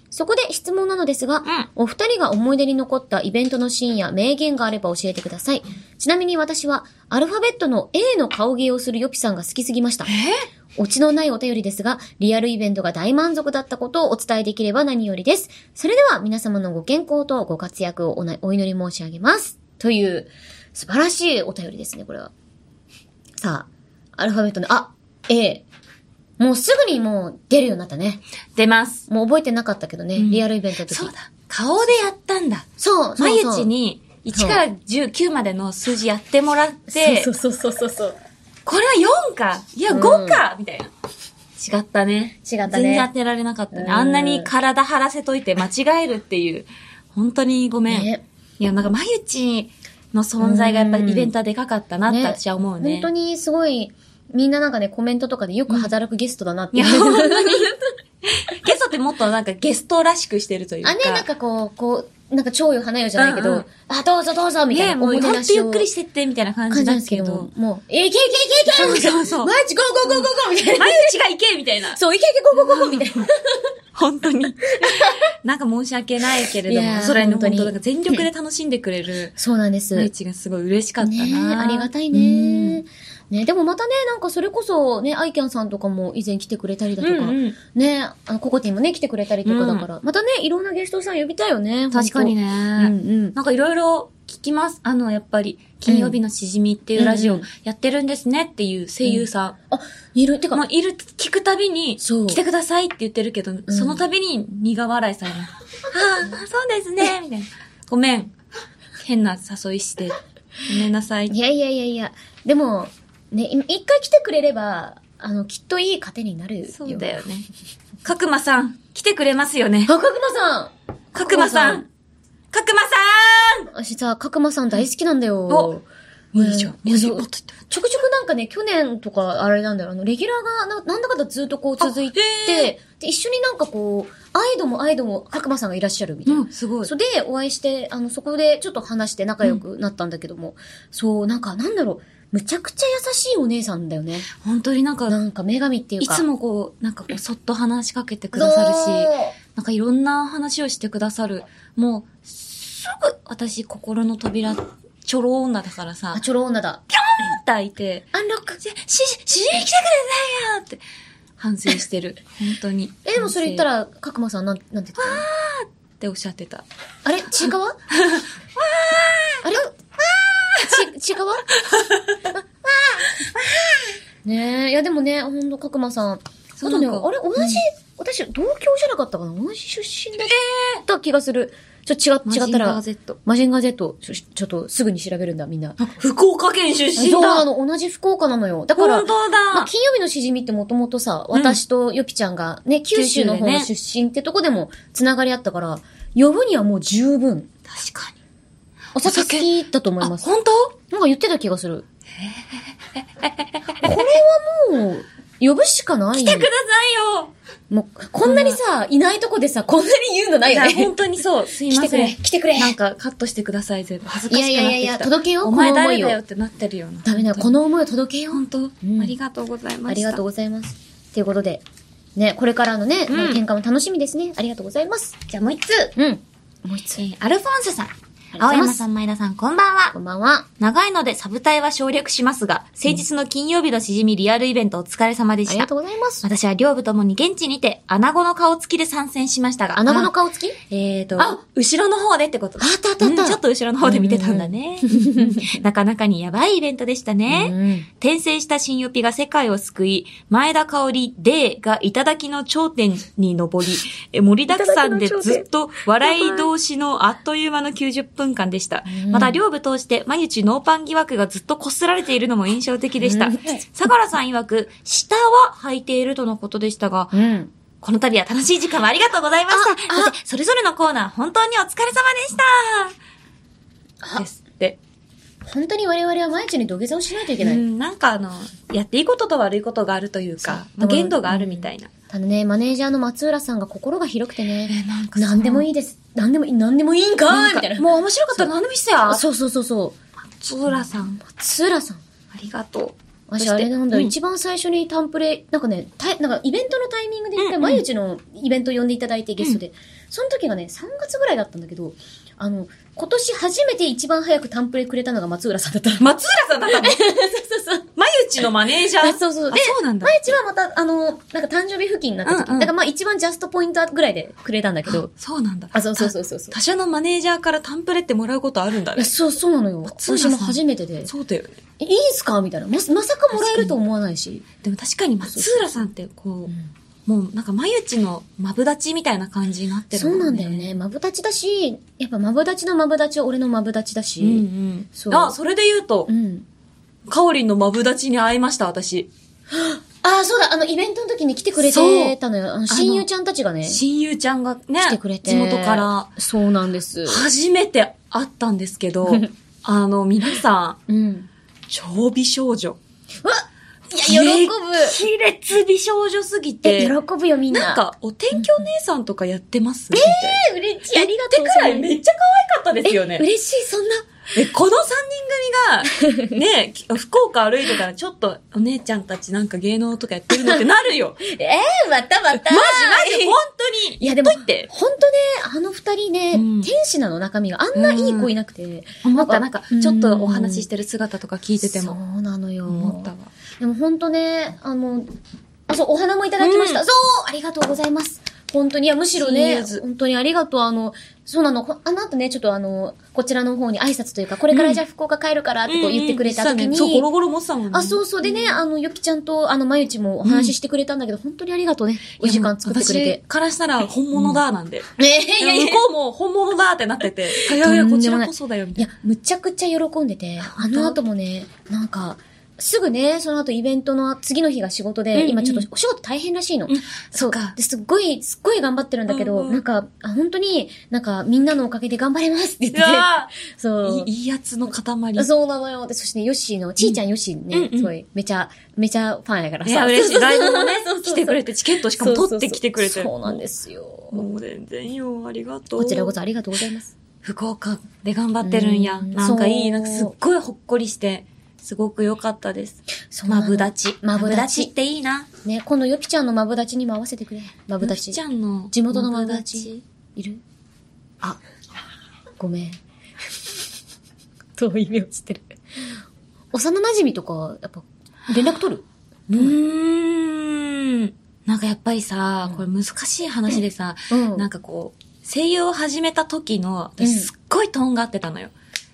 Speaker 2: そこで質問なのですが、
Speaker 1: ん
Speaker 2: お二人が思い出に残ったイベントのシーンや名言があれば教えてください。ちなみに私は、アルファベットの A の顔芸をするヨピさんが好きすぎました。オチのないお便りですが、リアルイベントが大満足だったことをお伝えできれば何よりです。それでは皆様のご健康とご活躍をおなお祈り申し上げます。という、素晴らしいお便りですね、これは。さあ、アルファベットの、あ、A。もうすぐにもう出るようになったね。
Speaker 1: 出ます。
Speaker 2: もう覚えてなかったけどね、
Speaker 1: うん
Speaker 2: リアルイベントの時。
Speaker 1: そうだ。顔でやったんだ。
Speaker 2: そう、そうそう。
Speaker 1: 毎日に、1から19までの数字やってもらって、
Speaker 2: そうそうそうそうそう。
Speaker 1: これは4か、いや5か、みたいな。違ったね。
Speaker 2: 違ったね
Speaker 1: 全然当てられなかった
Speaker 2: う
Speaker 1: ね。
Speaker 2: ん
Speaker 1: あんなに体張らせといて間違えるっていう。本当にごめん。
Speaker 2: ね
Speaker 1: いや、なんか、まゆちの存在がやっぱりイベントはでかかったなって
Speaker 2: ね
Speaker 1: 私は思うね。
Speaker 2: 本当にすごい、みんななんかね、コメントとかでよく働くゲストだなって
Speaker 1: い
Speaker 2: い
Speaker 1: や、
Speaker 2: う
Speaker 1: 本当に。ゲストってもっとなんかゲストらしくしてるというか。
Speaker 2: あ、ね、なんかこう、こう、なんか超よ花よじゃないけど、
Speaker 1: うんうん
Speaker 2: あ、どうぞどうぞみたい
Speaker 1: ね、
Speaker 2: な、
Speaker 1: もうほんとゆっくりしててってみたいな感
Speaker 2: 感
Speaker 1: じ
Speaker 2: じ
Speaker 1: だ
Speaker 2: なんです
Speaker 1: け
Speaker 2: け
Speaker 1: ど
Speaker 2: ど、。もう、えいけいけいけいけ
Speaker 1: そうそうそう
Speaker 2: マジゴーゴーゴーゴーゴーみたいな
Speaker 1: ま。ゆちが行けみたいな。
Speaker 2: そう、いけいけゴーゴーゴーみたいな。
Speaker 1: 本当に。 なんか申し訳ないけれど
Speaker 2: いや
Speaker 1: も、
Speaker 2: ー
Speaker 1: それに本
Speaker 2: 本当
Speaker 1: 当
Speaker 2: に
Speaker 1: なんか全力で楽しんでくれる。
Speaker 2: そうなんです。
Speaker 1: まゆ
Speaker 2: ね
Speaker 1: ちがすごい嬉しかったな、
Speaker 2: ありがたい
Speaker 1: うん
Speaker 2: ね。ねでもまたね、なんかそれこそ、ね、アイキャンさんとかも以前来てくれたりだとか、
Speaker 1: うんうん
Speaker 2: ね、あの、ココティもね、来てくれたりとかだから、またね、いろんなゲストさん呼びたいよね。
Speaker 1: 確かに
Speaker 2: ね。
Speaker 1: ね。
Speaker 2: うんうん。
Speaker 1: なんかいろいろ聞きます。あの、やっぱり、金曜日のしじみっていうラジ
Speaker 2: うん
Speaker 1: オ
Speaker 2: うん
Speaker 1: やってるんですねっていう声優さん。
Speaker 2: あ、いる、てか、
Speaker 1: もういる、聞くたびに、
Speaker 2: そう
Speaker 1: 来てくださいって言ってるけど、そのたびに苦笑いされます。ああ、そうですね、みたいな。ごめん。変な誘いして。ごめんなさい。
Speaker 2: いやいやいやいや、でも、ね、い一回来てくれれば、あの、きっといい糧になるよ。
Speaker 1: そうだよね。角間さん、来てくれますよね
Speaker 2: あ、。角間さ
Speaker 1: 角間さん。角間さ
Speaker 2: ん私さ、角間さん大好きなんだよ
Speaker 1: お。
Speaker 2: ね
Speaker 1: んいいじゃん。
Speaker 2: いやそう
Speaker 1: もっと言って
Speaker 2: ちょくちょくなんかね、去年とか、あれなんだよ、あの、レギュラーがな、なんだかんだずっとこう続いて
Speaker 1: あ、へ
Speaker 2: で、一緒になんかこう、アイドもアイドも角間さんがいらっしゃるみたいな。
Speaker 1: うん、すごい
Speaker 2: そ。れで、お会いして、あの、そこでちょっと話して仲良くなったんだけども、そう、なんか、なんだろう、むちゃくちゃ優しいお姉さんだよね。
Speaker 1: 本当になんか、
Speaker 2: なんか女神っていう
Speaker 1: い
Speaker 2: か。
Speaker 1: つもこう、なんかこう、そっと話しかけてくださるし、
Speaker 2: そう
Speaker 1: なんかいろんな話をしてくださる。もう、すぐ私心の扉、ちょろ女だからさ
Speaker 2: あ、、ちょろ女だ。
Speaker 1: って開いて、
Speaker 2: アンロック。
Speaker 1: し、し、しに来てくださいよって、反省してる。本当に。
Speaker 2: え、でもそれ言った
Speaker 1: 反省
Speaker 2: ら、角間さんなん、なんて言ってたの
Speaker 1: っておっしゃってた。
Speaker 2: あれちいかわあれち、ちいかわねえ、いやでもね、ほんと、角間さん。あ
Speaker 1: そう
Speaker 2: とね、あ
Speaker 1: なんか
Speaker 2: れ同じ、私、同郷じゃなかったかな同じ出身だった気がする。ちょっと違、違ったら、
Speaker 1: Z。
Speaker 2: マジンガー Z、ちょちょっとすぐに調べるんだ、みんな。
Speaker 1: 福岡県出身
Speaker 2: そうな
Speaker 1: だ
Speaker 2: の、同じ福岡なのよ。だから
Speaker 1: 本、当
Speaker 2: まあ、
Speaker 1: だ
Speaker 2: 金曜日のしじみってもともとさ、
Speaker 1: うん
Speaker 2: 私とよぴちゃんがね、九州の方の出身ってとこでもつながりあったから、呼ぶにはもう十分。
Speaker 1: 確かに。
Speaker 2: お酒好
Speaker 1: お酒
Speaker 2: きだと思い
Speaker 1: あ、
Speaker 2: ます。
Speaker 1: 本当
Speaker 2: なんか言ってた気がする。これはもう、呼ぶしかない。
Speaker 1: 来てくださいよ
Speaker 2: もう、こんなにさ、いないとこでさ、こんなに言うのない
Speaker 1: い
Speaker 2: よ
Speaker 1: や、
Speaker 2: ね
Speaker 1: 本。当にそう。すい
Speaker 2: 来
Speaker 1: ま
Speaker 2: てく
Speaker 1: せ
Speaker 2: れ、
Speaker 1: ん。
Speaker 2: 来てくれ。
Speaker 1: なんかカットしてください、全部。恥ずか
Speaker 2: い
Speaker 1: し
Speaker 2: や
Speaker 1: く
Speaker 2: いや
Speaker 1: ないっ
Speaker 2: やい
Speaker 1: て
Speaker 2: や、
Speaker 1: きた。
Speaker 2: 届けよう、
Speaker 1: お
Speaker 2: この
Speaker 1: 前
Speaker 2: 思
Speaker 1: 誰
Speaker 2: いを
Speaker 1: だ。よってなってるよな。
Speaker 2: ダメだよ、この思いを届けよう。
Speaker 1: 本当、
Speaker 2: ん
Speaker 1: ありがとうございました。
Speaker 2: ありがとうございます。ということで、ね、これからのね、
Speaker 1: うん
Speaker 2: もう喧嘩も楽しみですね。ありがとうございます。
Speaker 1: じゃあもう一つ。
Speaker 2: うん。
Speaker 1: もう一つ。えーアルフォンスさん。
Speaker 2: りがと
Speaker 1: 青
Speaker 2: うございます
Speaker 1: 山さん、前田さん、こんばんは
Speaker 2: こ。んばんは。
Speaker 1: 長いのでサブ隊は省略しますが、先日の金曜日のしじみリアルイベントお疲れ様で
Speaker 2: あ
Speaker 1: し
Speaker 2: り
Speaker 1: た。
Speaker 2: がとうございます。
Speaker 1: 私は両部ともに現地にて、穴子の顔つきで参戦しましたが。
Speaker 2: 穴子の顔つき
Speaker 1: えーと
Speaker 2: あ、
Speaker 1: 後ろの方でってこと
Speaker 2: あったあったあった
Speaker 1: うんちょっと後ろの方で見てたんだね。 なかなかにやばいイベントでしたね。
Speaker 2: うん
Speaker 1: 転生した新予備が世界を救い、前田香織 D が頂きの頂点に上り、え盛りだくさんでずっと笑い同士のあっという間の90分間でした。
Speaker 2: うん
Speaker 1: また両部通して、毎日ノーパン疑惑がずっと擦られているのも印象的でした。相良さん曰く、下は履いているとのことでしたが、
Speaker 2: うん。
Speaker 1: この度は楽しい時間をありがとうございました。そして、それぞれのコーナー、本当にお疲れ様でした。
Speaker 2: あ
Speaker 1: ですって。
Speaker 2: 本当に我々は毎日に土下座をしないといけ
Speaker 1: う
Speaker 2: ない。
Speaker 1: ん、なんかあの、やっていいことと悪いことがあるというか、まあ、限度があるみたいな。
Speaker 2: ただね、マネージャーの松浦さんが心が広くてね、
Speaker 1: え、なん
Speaker 2: 何でもいいです。何でもいい、何でもいいんか
Speaker 1: なん
Speaker 2: ーい
Speaker 1: か
Speaker 2: みたいな。
Speaker 1: もう面白かったら何でもいいっすよ。
Speaker 2: そうそうそうそう。
Speaker 1: 松浦さん、
Speaker 2: 松浦さん。
Speaker 1: ありがとう。
Speaker 2: 私あれなんだ、
Speaker 1: うん
Speaker 2: 一番最初にタンプレ、なんかね、たいなんかイベントのタイミングで一
Speaker 1: うんう
Speaker 2: 回、
Speaker 1: ん
Speaker 2: 毎日のイベント呼んでいただいてゲストで、その時がね、3月ぐらいだったんだけど、あの、今年初めて一番早くタンプレくれたのが松浦さんだった。
Speaker 1: 松浦さんだったの
Speaker 2: そうそうそう。
Speaker 1: まゆちのマネージャー。
Speaker 2: あそうそう。
Speaker 1: あ
Speaker 2: で、
Speaker 1: そうなんだ。
Speaker 2: 毎日はまた、あの、なんか誕生日付近になった時、
Speaker 1: うんうん
Speaker 2: だからまあ一番ジャストポイントぐらいでくれたんだけど、
Speaker 1: そうなんだ。
Speaker 2: あ、そうそうそうそうそう。
Speaker 1: 他社のマネージャーからタンプレってもらうことあるんだ
Speaker 2: い
Speaker 1: ね。
Speaker 2: やそう、そうなのよ。
Speaker 1: 松浦
Speaker 2: 私
Speaker 1: さん
Speaker 2: も初めてで。
Speaker 1: そうだよね。
Speaker 2: えいいんすかみたいな。まさ、まさかもらえると思わないし。
Speaker 1: でも確かに松浦さんって、こ
Speaker 2: うん
Speaker 1: う、もうなんか眉内のマブダチみたいな感じになってる
Speaker 2: そ
Speaker 1: も
Speaker 2: うなんだよ。ね。マブダチだし、やっぱマブダチのマブダチは俺のマブダチだ
Speaker 1: うんう
Speaker 2: し。
Speaker 1: ん。
Speaker 2: そう
Speaker 1: あ、それで言うと
Speaker 2: うん。、
Speaker 1: かおりんのマブダチに会いました、私。
Speaker 2: ああ、そうだ、あの、イベントの時に来てくれてたのよ。あの、親友ちゃんたちがね、来
Speaker 1: 親友ちゃんがね、
Speaker 2: てくれて。
Speaker 1: 地元から。。
Speaker 2: そうなんです。
Speaker 1: 初めて会ったんですけ ど、あの、皆さん、
Speaker 2: うん。
Speaker 1: 超美少女。
Speaker 2: うわいや、喜ぶ。
Speaker 1: 卑劣美少女すぎて、
Speaker 2: え、喜ぶよ、みんな。
Speaker 1: なんか、お天気お姉さんとかやってますみた
Speaker 2: え、嬉しい。あ
Speaker 1: いな。
Speaker 2: りがとう
Speaker 1: っ
Speaker 2: ご
Speaker 1: てく
Speaker 2: ざ
Speaker 1: ら
Speaker 2: い
Speaker 1: い
Speaker 2: ます。
Speaker 1: めっちゃ可愛かったですよね。
Speaker 2: 嬉しい、そんな。
Speaker 1: え、この三人組が、ね、 き福岡歩いてたら、ちょっとお姉ちゃんたちなんか芸能とかやってるのってなる よ。
Speaker 2: えー、またまた。
Speaker 1: マジマジ、本当に。
Speaker 2: いやでも
Speaker 1: ほっといて。
Speaker 2: ほんとね、あの二人ね、
Speaker 1: うん
Speaker 2: 天使なの中身があんないい子いなくて。
Speaker 1: 思った、なんか、
Speaker 2: うん
Speaker 1: ちょっとお話ししてる姿とか聞いてて
Speaker 2: そ
Speaker 1: も。
Speaker 2: うなのよ。
Speaker 1: 思ったわ。
Speaker 2: でもほんとね、あの、あ、そう、お花もいただきました。
Speaker 1: うん
Speaker 2: そうありがとうございます。本当に、いや、むしろね、
Speaker 1: Cheers
Speaker 2: 本当にありがとう。あの、そうなの、こあの後ね、ちょっとあの、こちらの方に挨拶というか、これからじゃあ福岡帰るからってこう言ってくれた時に、
Speaker 1: そう、ゴロゴロ持ってたもんね。。
Speaker 2: あ、そううそう。でね、あの、ゆきちゃんと、あの、まゆちもお話ししてくれたんだけど、本当にありがとうね。お時間作ってくれて
Speaker 1: 私。からしたら本物だ、なんで。
Speaker 2: ね
Speaker 1: いや、向こうも本物だってなってて。いやいや、
Speaker 2: と
Speaker 1: こ
Speaker 2: んで
Speaker 1: ち
Speaker 2: もな
Speaker 1: ら
Speaker 2: い
Speaker 1: こそだよ、み
Speaker 2: い
Speaker 1: たい
Speaker 2: や、むちゃくちゃ喜んでて、あの後もね、なんか、すぐね、その後イベントの次の日が仕事で、
Speaker 1: うんうん
Speaker 2: 今ちょっとお仕事大変らしいの。
Speaker 1: うん
Speaker 2: そ
Speaker 1: そうっか
Speaker 2: ですっごい、すっごい頑張ってるんだけど、
Speaker 1: うんうん
Speaker 2: なんか、あ本当に、なんか、みんなのおかげで頑張れますって言って
Speaker 1: な。うわ
Speaker 2: て、そう
Speaker 1: ぁい。いいやつの塊。
Speaker 2: そうなのよ。で、そして、ヨッシーの、ちいちゃんヨッシーね、
Speaker 1: うんうん
Speaker 2: すごい、めちゃ、めちゃファンやから
Speaker 1: い
Speaker 2: さ。
Speaker 1: や、嬉しい。ライブもね
Speaker 2: そうそう、そう
Speaker 1: 来てくれて、チケットしかも取ってきてくれて。
Speaker 2: そうそうそうそうなんですよ。
Speaker 1: もう全然よ、ありがとう。
Speaker 2: こちらこそありがとうございます。
Speaker 1: 福岡で頑張ってるんや。
Speaker 2: うん
Speaker 1: なんかい
Speaker 2: そう
Speaker 1: い、なんかすっごいほっこりして、すごく良かったです。
Speaker 2: そうな
Speaker 1: マ
Speaker 2: の
Speaker 1: ブダチ。
Speaker 2: マブダチ
Speaker 1: っていいな。
Speaker 2: ね、今度ヨピちゃんのマブダチにも合わせてくれ。マブダ
Speaker 1: ゆ
Speaker 2: チ。
Speaker 1: きちゃんの。
Speaker 2: 地元のマブダチ。いるあ、ごめん。遠い目をしてる。幼馴染とか、やっぱ、連絡取る
Speaker 1: うーん。なんかやっぱりさ、これ難しい話でさ、
Speaker 2: うん
Speaker 1: なんかこう、声優を始めた時の、
Speaker 2: うん
Speaker 1: 私すっごいとんがってたのよ。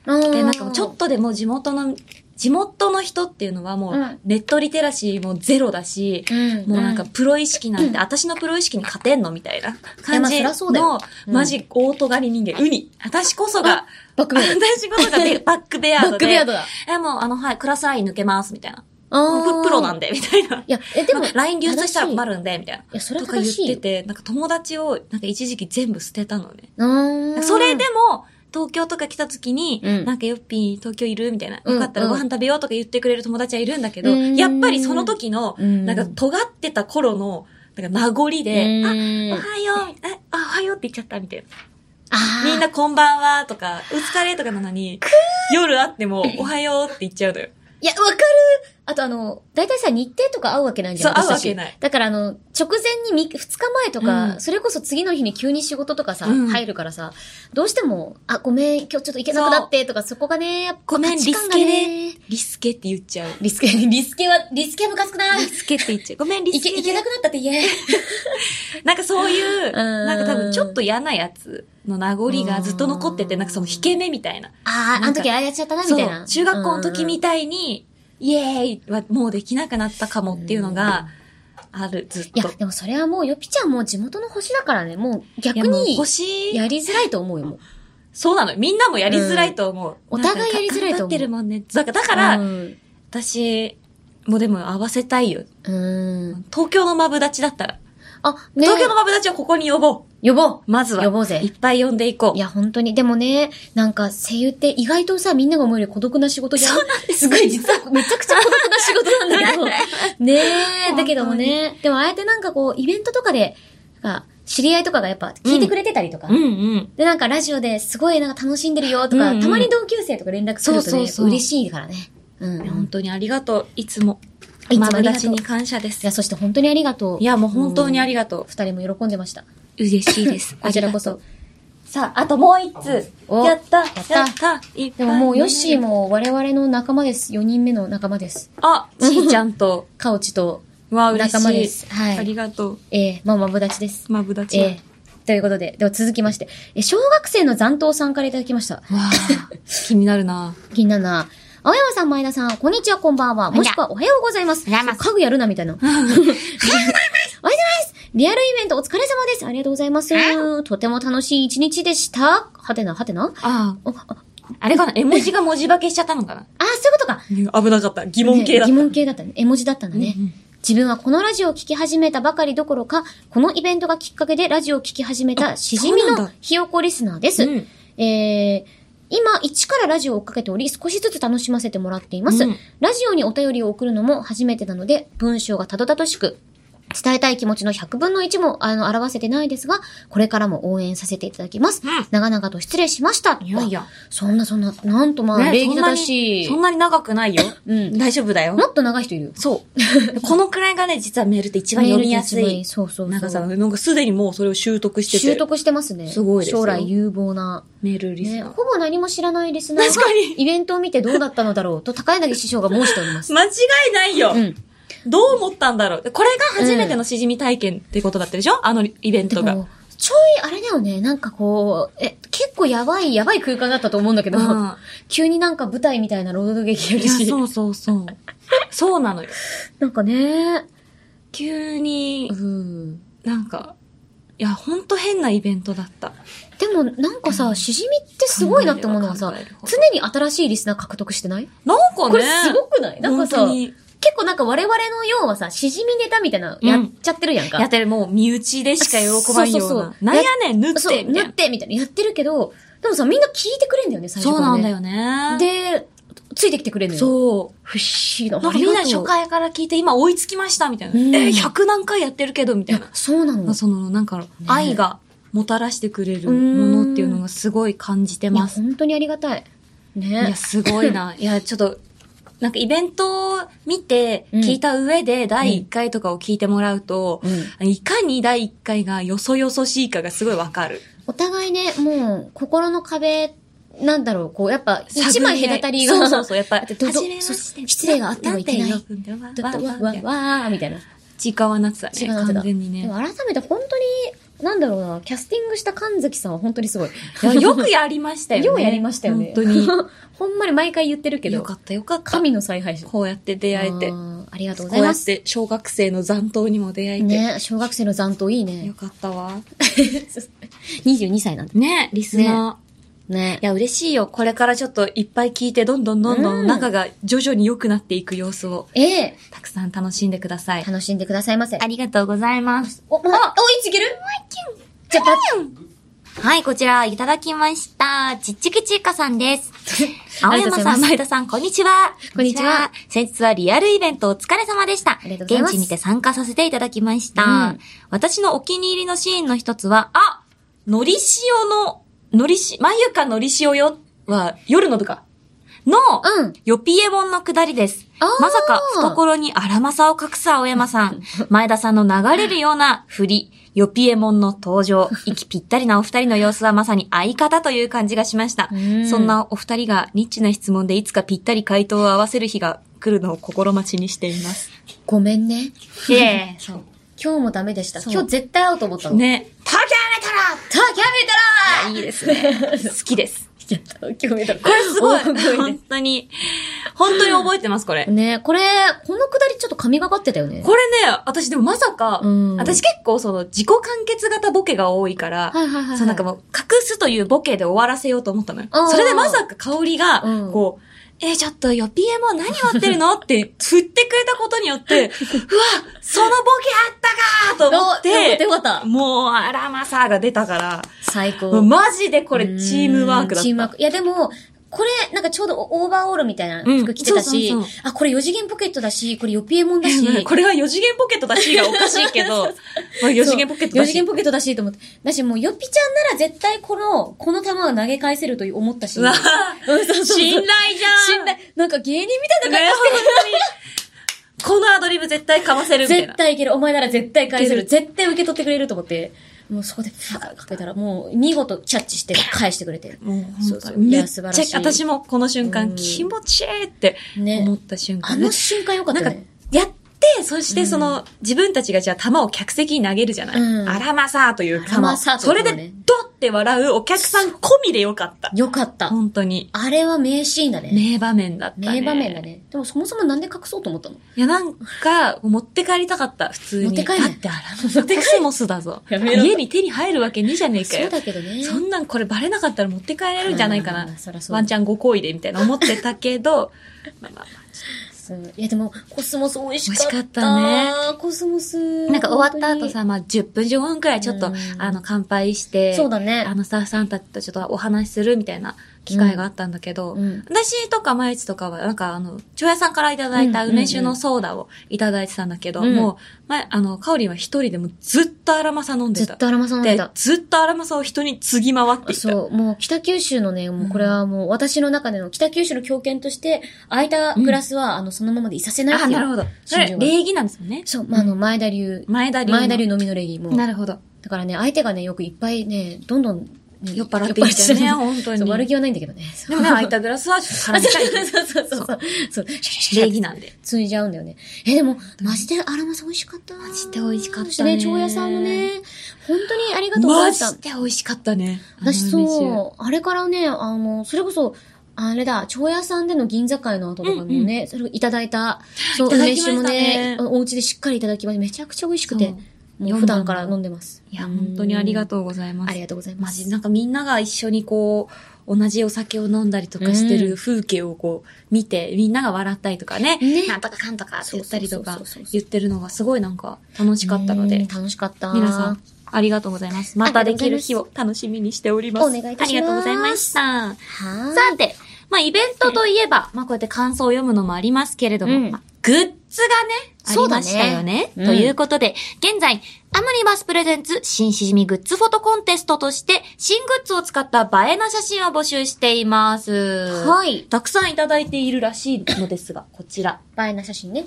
Speaker 2: で
Speaker 1: で、なんかもうちょっとでも地元の、地元の人っていうのはも
Speaker 2: う、
Speaker 1: うんネットリテラシーもゼロだし、
Speaker 2: うん、
Speaker 1: もうなんか
Speaker 2: うん
Speaker 1: プロ意識なんて、私のプロ意識に勝てんのみたいな感
Speaker 2: い
Speaker 1: じ
Speaker 2: やまあそりゃそうだ
Speaker 1: の
Speaker 2: よ、うん
Speaker 1: マジ大尖り人間、ウニ。私こそが、
Speaker 2: バックベア
Speaker 1: 私こそが で バックベアード
Speaker 2: ド。バッ
Speaker 1: で。
Speaker 2: クベアードだ。
Speaker 1: いやもう、あの、はい、クラスライン抜けます、みたいな。
Speaker 2: あ
Speaker 1: ププロなん
Speaker 2: だ。
Speaker 1: で、みたいな。
Speaker 2: いや、え、でも、い
Speaker 1: LINE 流出したら困るんで、みたいな。
Speaker 2: や、それ
Speaker 1: と
Speaker 2: は
Speaker 1: か
Speaker 2: 正
Speaker 1: 言っ
Speaker 2: しい
Speaker 1: て
Speaker 2: よ。
Speaker 1: て、なんか友達を、なんか一時期全部捨てたのね。
Speaker 2: うーん
Speaker 1: それでも、東京とか来た時に、
Speaker 2: うん
Speaker 1: なんかよっぴー東京いるみたいな。
Speaker 2: うん
Speaker 1: よかったらご飯食べようとか言ってくれる友達はいるんだけど、
Speaker 2: うん
Speaker 1: やっぱりその時の、
Speaker 2: うん
Speaker 1: なんか尖ってた頃の、なんか名残で、あ、お
Speaker 2: あ、
Speaker 1: はよう、え、あ、おはようって言っちゃったみたいな。
Speaker 2: あー
Speaker 1: みんなこんばんはとか、お疲れとかなのに、夜会っても、おはようって言っちゃうのよ。
Speaker 2: いや、わかるあとあの、大体さ、日程とか合うわけないじゃん。
Speaker 1: そう
Speaker 2: 私たち
Speaker 1: 合うわけない
Speaker 2: だからあの、直前にみ2日前とか、
Speaker 1: うん
Speaker 2: それこそ次の日に急に仕事とかさ、
Speaker 1: うん
Speaker 2: 入るからさ、どうしても、あ、ごめん、今日ちょっと行けなくなってとか、そこがね、やっぱ
Speaker 1: ごめん
Speaker 2: 価値観がね。
Speaker 1: リスケって言っちゃう。
Speaker 2: リスケ、リスケは、リスケはムカつくな
Speaker 1: リスケって言っちゃう。ごめん、リ
Speaker 2: い
Speaker 1: ス
Speaker 2: け、
Speaker 1: ケ
Speaker 2: いけな
Speaker 1: で。
Speaker 2: くなったって言え。
Speaker 1: なんかそういう、
Speaker 2: ん
Speaker 1: なんか多分ちょっと嫌なやつの名残がずっと残ってて、
Speaker 2: うん
Speaker 1: なんかその引け目みたいな。
Speaker 2: ああ、あ
Speaker 1: なん
Speaker 2: の
Speaker 1: か
Speaker 2: 時あれやっちゃったな、み
Speaker 1: そ
Speaker 2: たいな。
Speaker 1: う、中学校の時みたいに、イエーイはもうできなくなったかもっていうのがある、ずっ
Speaker 2: いや
Speaker 1: と。、
Speaker 2: でもそれはもう、よぴちゃんも地元の星だからね、もう逆
Speaker 1: いやもう
Speaker 2: に、
Speaker 1: 星
Speaker 2: やりづらいと思うよ、もう。
Speaker 1: そうなの。みんなもやりづらいと思う。
Speaker 2: うんお互い
Speaker 1: なんか
Speaker 2: やりづらいと思う
Speaker 1: 頑張ってるもんね。だから、だから
Speaker 2: うん、
Speaker 1: 私、もうでも合わせたいよ。
Speaker 2: うん。
Speaker 1: 東京のマブダチだったら。
Speaker 2: あ、ね
Speaker 1: 東京のマブダチをここに呼ぼ
Speaker 2: 呼ぼう
Speaker 1: う。まずは。
Speaker 2: 呼ぼうぜ
Speaker 1: いっぱい呼んでいこう。
Speaker 2: いや、本当に。でもね、なんか声優って意外とさ、みんなが思うより孤独な仕事じゃん。そうなんです。すごい、実はめちゃくちゃ孤独な仕事なん だけど。ねえ、だけどもね。でもあえてなんかこう、イベントとかで、なんか、知り合いとかがやっぱ聞いてくれてたりとか。
Speaker 1: うんうん。
Speaker 2: で、なんかラジオですごいなんか楽しんでるよとか、
Speaker 1: うんうん
Speaker 2: たまに同級生とか連絡するとね、
Speaker 1: そうそうそう
Speaker 2: 嬉しいからね。うん。
Speaker 1: 本当にありがとう。いつも。
Speaker 2: いつも
Speaker 1: マ
Speaker 2: あり
Speaker 1: ブ
Speaker 2: がとう
Speaker 1: ダチに感謝で
Speaker 2: い
Speaker 1: す
Speaker 2: や、。そして本当にありがとう。
Speaker 1: いや、もう本当にありがとう。
Speaker 2: 二人も喜んでました。
Speaker 1: 嬉しいです。
Speaker 2: こちらこそ。
Speaker 1: さあ、あともう一つ。
Speaker 2: お
Speaker 1: やった、や
Speaker 2: った
Speaker 1: った、いっぱ
Speaker 2: で
Speaker 1: い。
Speaker 2: ももうヨッシー。も我々の仲間です。4人目の仲間です。
Speaker 1: あ、ちーちゃん と。
Speaker 2: カオチと
Speaker 1: わあ、嬉しい。
Speaker 2: 仲間です。はい。
Speaker 1: ありがとう。
Speaker 2: ええまあ、マブダチです。
Speaker 1: マブダチ。
Speaker 2: ええということで、では続きまして、え小学生の残党さんからいただきました。
Speaker 1: わあ、気になるな。
Speaker 2: 気になるな。青山さん、前田さん、こんにちは、こんばんは。もしくは、おはようございます。家具やるな、みたいな。おはようございます。おはようございます。リアルイベントお疲れ様です。ありがとうございます。とても楽しい一日でした。はてな、はてな。
Speaker 1: あ
Speaker 2: おあ、
Speaker 1: あ、あれかな、絵文字が文字化けしちゃったのかな。
Speaker 2: あそういうことか。
Speaker 1: 危なかった。疑問系だっ
Speaker 2: ね
Speaker 1: た。
Speaker 2: 疑問系だったね。絵文字だったんだね。
Speaker 1: うんうん
Speaker 2: 自分はこのラジオを聞き始めたばかりどころか、このイベントがきっかけでラジオを聞き始めたしじみ
Speaker 1: そうなん
Speaker 2: の
Speaker 1: だ
Speaker 2: ひよこリスナーです。
Speaker 1: うん
Speaker 2: えー今、一からラジオを追っかけており、少しずつ楽しませてもらっています。
Speaker 1: うん
Speaker 2: ラジオにお便りを送るのも初めてなので、文章がたどたどしく、伝えたい気持ちの100分の1も、あの、表せてないですが、これからも応援させていただきます。
Speaker 1: うん
Speaker 2: 長々と失礼しました。
Speaker 1: いやいや
Speaker 2: あ。そんなそんな、なんとまあ、
Speaker 1: ね
Speaker 2: 礼儀正しい。
Speaker 1: そんなに長くないよ。
Speaker 2: うん
Speaker 1: 大丈夫だよ。
Speaker 2: もっと長い人いるよ。
Speaker 1: そう。このくらいがね、実はメールって一番読みやす
Speaker 2: メールって一
Speaker 1: い。
Speaker 2: 番そうそうそう。
Speaker 1: なんかさ、なんかすでにもうそれを習得してて。
Speaker 2: 習得してますね。
Speaker 1: すごいですよ
Speaker 2: 将来有望な。
Speaker 1: メールリス
Speaker 2: ね、
Speaker 1: ナー。
Speaker 2: ほぼ何も知らないリスナーが
Speaker 1: 確かに
Speaker 2: イベントを見てどうだったのだろうと高柳師匠が申しております。
Speaker 1: 間違いないよ、
Speaker 2: うん。
Speaker 1: どう思ったんだろうこれが初めてのしじみ体験ってことだったでしょあのイベン
Speaker 2: で
Speaker 1: トが。
Speaker 2: も、ちょいあれだよね、なんかこう、え、結構やばい、やばい空間だったと思うんだけど、
Speaker 1: うん
Speaker 2: 急になんか舞台みたいな朗読劇
Speaker 1: い
Speaker 2: やる
Speaker 1: や、
Speaker 2: し、
Speaker 1: そうそうそう。そうなのよ。
Speaker 2: なんかね、
Speaker 1: 急に
Speaker 2: う、ん。
Speaker 1: なんか、いや、ほんと変なイベントだった。
Speaker 2: でもなんかさ、しじみってすごいなって思うのが
Speaker 1: 考
Speaker 2: さ
Speaker 1: えれば考えるほ、ど
Speaker 2: 常に新しいリスナー獲得してない
Speaker 1: なんかね、
Speaker 2: これすごくないなんかさ、
Speaker 1: 本当に
Speaker 2: 結構なんか我々の要はさ、しじみネタみたいなのやっちゃってるやんか。
Speaker 1: やってるもう身内でしか喜ばんような。
Speaker 2: そうそうそう
Speaker 1: なんやねん、縫って、み
Speaker 2: そ
Speaker 1: た
Speaker 2: う、
Speaker 1: いな
Speaker 2: 塗ってみたいなやってるけど、でもさ、みんな聞いてくれんだよね、最初
Speaker 1: そう
Speaker 2: か
Speaker 1: な
Speaker 2: ら、
Speaker 1: んだ
Speaker 2: ね。
Speaker 1: よね。
Speaker 2: で、ついてきてくれんのよ。
Speaker 1: そ
Speaker 2: 不思議な。
Speaker 1: う。なんか
Speaker 2: あり
Speaker 1: みん
Speaker 2: が
Speaker 1: な
Speaker 2: とう
Speaker 1: 初回から聞いて今追いつきましたみたいな。
Speaker 2: うん
Speaker 1: えー、100何回やってるけどみ
Speaker 2: い
Speaker 1: たいな
Speaker 2: や。、そうなの。
Speaker 1: その、なんか、愛がもたらしてくれるものっていうのがすごい感じて
Speaker 2: いや、
Speaker 1: ます。
Speaker 2: 本当にありがたい。
Speaker 1: いや、
Speaker 2: ね。
Speaker 1: すごいな。いや、ちょっと、なんかイベントを見て、
Speaker 2: うん
Speaker 1: 聞いた上で第1回とかを聞いてもらうと、
Speaker 2: うん
Speaker 1: いかに第1回がよそよそしいかがすごいわかる。
Speaker 2: お互いね、もう、心の壁、なんだろう、こう、やっぱ、一枚隔たりが。
Speaker 1: そうそうそう、やっぱ
Speaker 2: だって
Speaker 1: り。
Speaker 2: どど
Speaker 1: 初めま
Speaker 2: そう
Speaker 1: して
Speaker 2: 失礼があってはいけない
Speaker 1: んて呼ぶんだわ
Speaker 2: だ
Speaker 1: わ
Speaker 2: ってわ、
Speaker 1: わ
Speaker 2: わ
Speaker 1: わ、わ。
Speaker 2: わー、みたいな。
Speaker 1: 時間はなってた
Speaker 2: 時
Speaker 1: ね、
Speaker 2: 間はなってた
Speaker 1: 完全に
Speaker 2: でも
Speaker 1: ね。
Speaker 2: 改めて本当に、なんだろうな、キャスティングした神月さんは本当に すごい。
Speaker 1: いやよくやりましたよね。
Speaker 2: ようやりましたよ
Speaker 1: 本
Speaker 2: ね。
Speaker 1: 当に。。
Speaker 2: ほんまに毎回言ってるけ
Speaker 1: よ
Speaker 2: ど
Speaker 1: か、ったよかった。
Speaker 2: 神の采配者。
Speaker 1: こうやって出会えて
Speaker 2: あ。ーありがとう
Speaker 1: こ
Speaker 2: ござ
Speaker 1: う
Speaker 2: い
Speaker 1: や
Speaker 2: ま
Speaker 1: っ
Speaker 2: す。
Speaker 1: て小学生の残党にも出会えて。
Speaker 2: ね、小学生の残党いいね
Speaker 1: よ。かったわ。
Speaker 2: 22歳なんだ。
Speaker 1: ね、リスナー。
Speaker 2: ね
Speaker 1: い。や、嬉しいよ。これからちょっといっぱい聞いて、どんどんどんど
Speaker 2: うんん
Speaker 1: 仲が徐々に良くなっていく様子を、
Speaker 2: ええ、
Speaker 1: たくさん楽しんでください。
Speaker 2: 楽しんでくださいませ。
Speaker 1: ありがとうございます。
Speaker 2: お、お、お、いちげるじゃあ、パ
Speaker 1: はい、こちら、いただきました。ちっちくちいかさんです。青
Speaker 2: ありがと
Speaker 1: 山
Speaker 2: うござ
Speaker 1: さ
Speaker 2: いま
Speaker 1: ん、
Speaker 2: す
Speaker 1: 前田さん、こんにちは。
Speaker 2: こんにちは。
Speaker 1: 先日はリアルイベントお疲れ様でした。
Speaker 2: りがとうございます
Speaker 1: 現地にて参加させていただきました。
Speaker 2: うん
Speaker 1: 私のお気に入りのシーンの一つは、あのりしおの、のりし、まゆかのりしおよは、夜の部か。の、
Speaker 2: うん。
Speaker 1: よぴえもんの下りです。
Speaker 2: あー
Speaker 1: まさか、懐に荒政を隠す青山さ ん。前田さんの流れるような振り、よぴえもんの登 場、息ぴったりなお二人の様子はまさに相方という感じがしました
Speaker 2: うん。
Speaker 1: そんなお二人がニッチな質問でいつかぴったり回答を合わせる日が来るのを心待ちにしています。
Speaker 2: ごめんね。
Speaker 1: い え、そ
Speaker 2: 今日もダメでした。
Speaker 1: そう
Speaker 2: 今日絶対会うと思ったの。。
Speaker 1: ね。
Speaker 2: 東京メ
Speaker 1: いいです ね。好き です。
Speaker 2: トラー東京メトラー
Speaker 1: これすごい。
Speaker 2: 大声で
Speaker 1: 本当に、本当に覚えてます、こ れ。
Speaker 2: ねこれ、このくだりちょっと神がかってたよね。
Speaker 1: これね、私でもまさか、
Speaker 2: うん
Speaker 1: 私結構その自己完結型ボケが多いから、
Speaker 2: はいはいはいはい。
Speaker 1: そうなんかもう隠すというボケで終わらせようと思ったのよ
Speaker 2: うん。
Speaker 1: それでまさか香りが
Speaker 2: うん、
Speaker 1: こう、えーちょっとよ、ピエモン何待ってるのって振ってくれたことによ って、うわ、そのボケあったかーと思っ
Speaker 2: およかった
Speaker 1: て、
Speaker 2: よかった。
Speaker 1: もう、アラマサーが出たから、
Speaker 2: 最高。
Speaker 1: もうマジでこれチームワークだっ
Speaker 2: うんチームワー
Speaker 1: た。
Speaker 2: ク。いやでも、これ、なんかちょうどオーバーオールみたいな
Speaker 1: うん
Speaker 2: 服着てたし、
Speaker 1: そうそう
Speaker 2: あ、これ四次元ポケットだし、これヨピエモンだし、
Speaker 1: これが4次元ポケットだしがおかしいけ ど、まあ4次元ポケット
Speaker 2: 4
Speaker 1: だ
Speaker 2: 次
Speaker 1: し
Speaker 2: 元。ポケットだしと思って。だし、もう、よぴちゃんなら絶対この、この球を投げ返せると思ったし。
Speaker 1: うわ
Speaker 2: うんそうそうそう
Speaker 1: 信頼じゃん
Speaker 2: 信頼。なんか芸人みたいな
Speaker 1: ね、
Speaker 2: 感
Speaker 1: 本当に。このアドリブ絶対かませるみ
Speaker 2: じ。
Speaker 1: たいな。
Speaker 2: 絶対いける。お前なら絶対返せる。
Speaker 1: い
Speaker 2: 絶対受け取ってくれると思って。もうそこで、ふわーかけたら、もう、見事キャッチして返してくれて。
Speaker 1: もう本当に
Speaker 2: そうそうい
Speaker 1: め
Speaker 2: や
Speaker 1: っち
Speaker 2: 素
Speaker 1: ゃ
Speaker 2: 晴らしい
Speaker 1: 私もこの瞬
Speaker 2: うん
Speaker 1: 間気持ちいいって
Speaker 2: ね
Speaker 1: 思った瞬
Speaker 2: あ
Speaker 1: 間、
Speaker 2: の瞬間よかっ
Speaker 1: な
Speaker 2: た
Speaker 1: ん
Speaker 2: よ
Speaker 1: か
Speaker 2: ね。
Speaker 1: やって、そしてその、自分たちがじゃあ球を客席に投げるじゃない。
Speaker 2: うん
Speaker 1: あらまさーという
Speaker 2: あら
Speaker 1: 球
Speaker 2: まさーと
Speaker 1: そ
Speaker 2: いう球ね
Speaker 1: れでドって笑うお客さん込みでよかった。
Speaker 2: よかった。
Speaker 1: 本当に。
Speaker 2: あれは名シーンだね。
Speaker 1: 名場面だったね。
Speaker 2: 名場面だ。ね。でもそもそもなんで隠そうと思ったの
Speaker 1: いや、なんか、持って帰りたかった、普通に。
Speaker 2: 持って帰る
Speaker 1: だってあらまさ、コスモスだぞ。
Speaker 2: やめろ
Speaker 1: 家に手に入るわけねえじゃねえか
Speaker 2: そう
Speaker 1: よ。
Speaker 2: だけどね。
Speaker 1: そんなんこれバレなかったら持って帰れるんじゃないかな
Speaker 2: まあ。そらそう
Speaker 1: ワンチャンご好意でみたいな思ってたけど、まあまあま
Speaker 2: そういやでも、コスモス美味しかった。
Speaker 1: 美味しかった
Speaker 2: ね。コスモス。
Speaker 1: あなんか終わった後さ、まあ10分15分くらいちょっ
Speaker 2: う
Speaker 1: と
Speaker 2: ん、
Speaker 1: あの、乾杯し
Speaker 2: 本当
Speaker 1: て、
Speaker 2: に。そうだね
Speaker 1: あ。の、スタッフさんたちとちょっとお話しするみたいな機会があったんだけど、
Speaker 2: うん。
Speaker 1: 私とかまいちとかは、なんかあの、蝶屋さんからいただいた梅酒のソーダをいただいてたんだけど、
Speaker 2: うん
Speaker 1: もう、ま、あの、かおりんは一人でもうずっとアラマサ飲ん
Speaker 2: ず
Speaker 1: で。
Speaker 2: ったとアラマさんなん
Speaker 1: で
Speaker 2: だ、。
Speaker 1: ずっとアラマサを人に継ぎ回っていた。
Speaker 2: そう、もう北九州のね、もうこれはもう私の中での北九州の強権として、空いたグラスは、あの、そのままでいさせないってい
Speaker 1: あ、
Speaker 2: う。
Speaker 1: なるほど。それ
Speaker 2: 信条が
Speaker 1: 礼儀なんですよね。
Speaker 2: そう、まあ、あの、前田流、
Speaker 1: 前田流の。
Speaker 2: 前田流のみの礼儀も。
Speaker 1: なるほど。
Speaker 2: だからね、相手がね、よくいっぱいね、どんどん、ね
Speaker 1: 酔っ払っていったよね、
Speaker 2: 酔っ払っ
Speaker 1: 本
Speaker 2: て
Speaker 1: 当
Speaker 2: る そう悪
Speaker 1: に。
Speaker 2: 気はないんだけどね。
Speaker 1: で もね、空いたグラスは腹に したいという
Speaker 2: そうそうそうそう。そう。
Speaker 1: 礼儀なんで。
Speaker 2: ついじゃうんだよね。え、でも、マジでアラマさん美味しかった。マ
Speaker 1: ジで美味しかったね
Speaker 2: そしてね、蝶屋さんもね、本当にありがとうござい
Speaker 1: マ
Speaker 2: ました
Speaker 1: ジ。で美味しかったね。
Speaker 2: 私
Speaker 1: あの
Speaker 2: そう、あれからね、あの、それこそ、あれだ、蝶屋さんでの銀座会の後とかもね、それをいただいた、そう、
Speaker 1: いただき
Speaker 2: 梅
Speaker 1: まし
Speaker 2: 酒
Speaker 1: たね
Speaker 2: もね、お家でしっかりいただきました。めちゃくちゃ美味しく
Speaker 1: 梅
Speaker 2: て
Speaker 1: 酒。、そう
Speaker 2: もう普段から飲んでます。
Speaker 1: いや、本当にありが
Speaker 2: う
Speaker 1: とうございま
Speaker 2: ん。あ
Speaker 1: す
Speaker 2: り。がとうございま
Speaker 1: マ
Speaker 2: す。
Speaker 1: ジ、なんかみんなが一緒にこう、同じお酒を飲んだりとかして
Speaker 2: うん
Speaker 1: る風景をこう、見て、みんなが笑ったりとかね、
Speaker 2: ね
Speaker 1: なんとかかんとかって言ったりとか
Speaker 2: そうそうそうそう、
Speaker 1: 言ってるのがすごいなんか楽しかったの
Speaker 2: うん
Speaker 1: で、
Speaker 2: 楽しかった。
Speaker 1: 皆さん、ありがとうございます。またできる日を楽しみにしております。
Speaker 2: ありがとうございます
Speaker 1: ありがとうございました。
Speaker 2: はーい。
Speaker 1: さて、まあ、イベントといえば、まあ、こうやって感想を読むのもありますけれども、
Speaker 2: うん
Speaker 1: まあグッズがね、あ
Speaker 2: そ
Speaker 1: り
Speaker 2: うだ
Speaker 1: ま
Speaker 2: ね
Speaker 1: したよね。
Speaker 2: うん
Speaker 1: ということで、現在、アムニバスプレゼンツ新しじみグッズフォトコンテストとして、新グッズを使った映えな写真を募集しています。
Speaker 2: はい。
Speaker 1: たくさんいただいているらしいのですが、こちら。
Speaker 2: 映えな写真ね。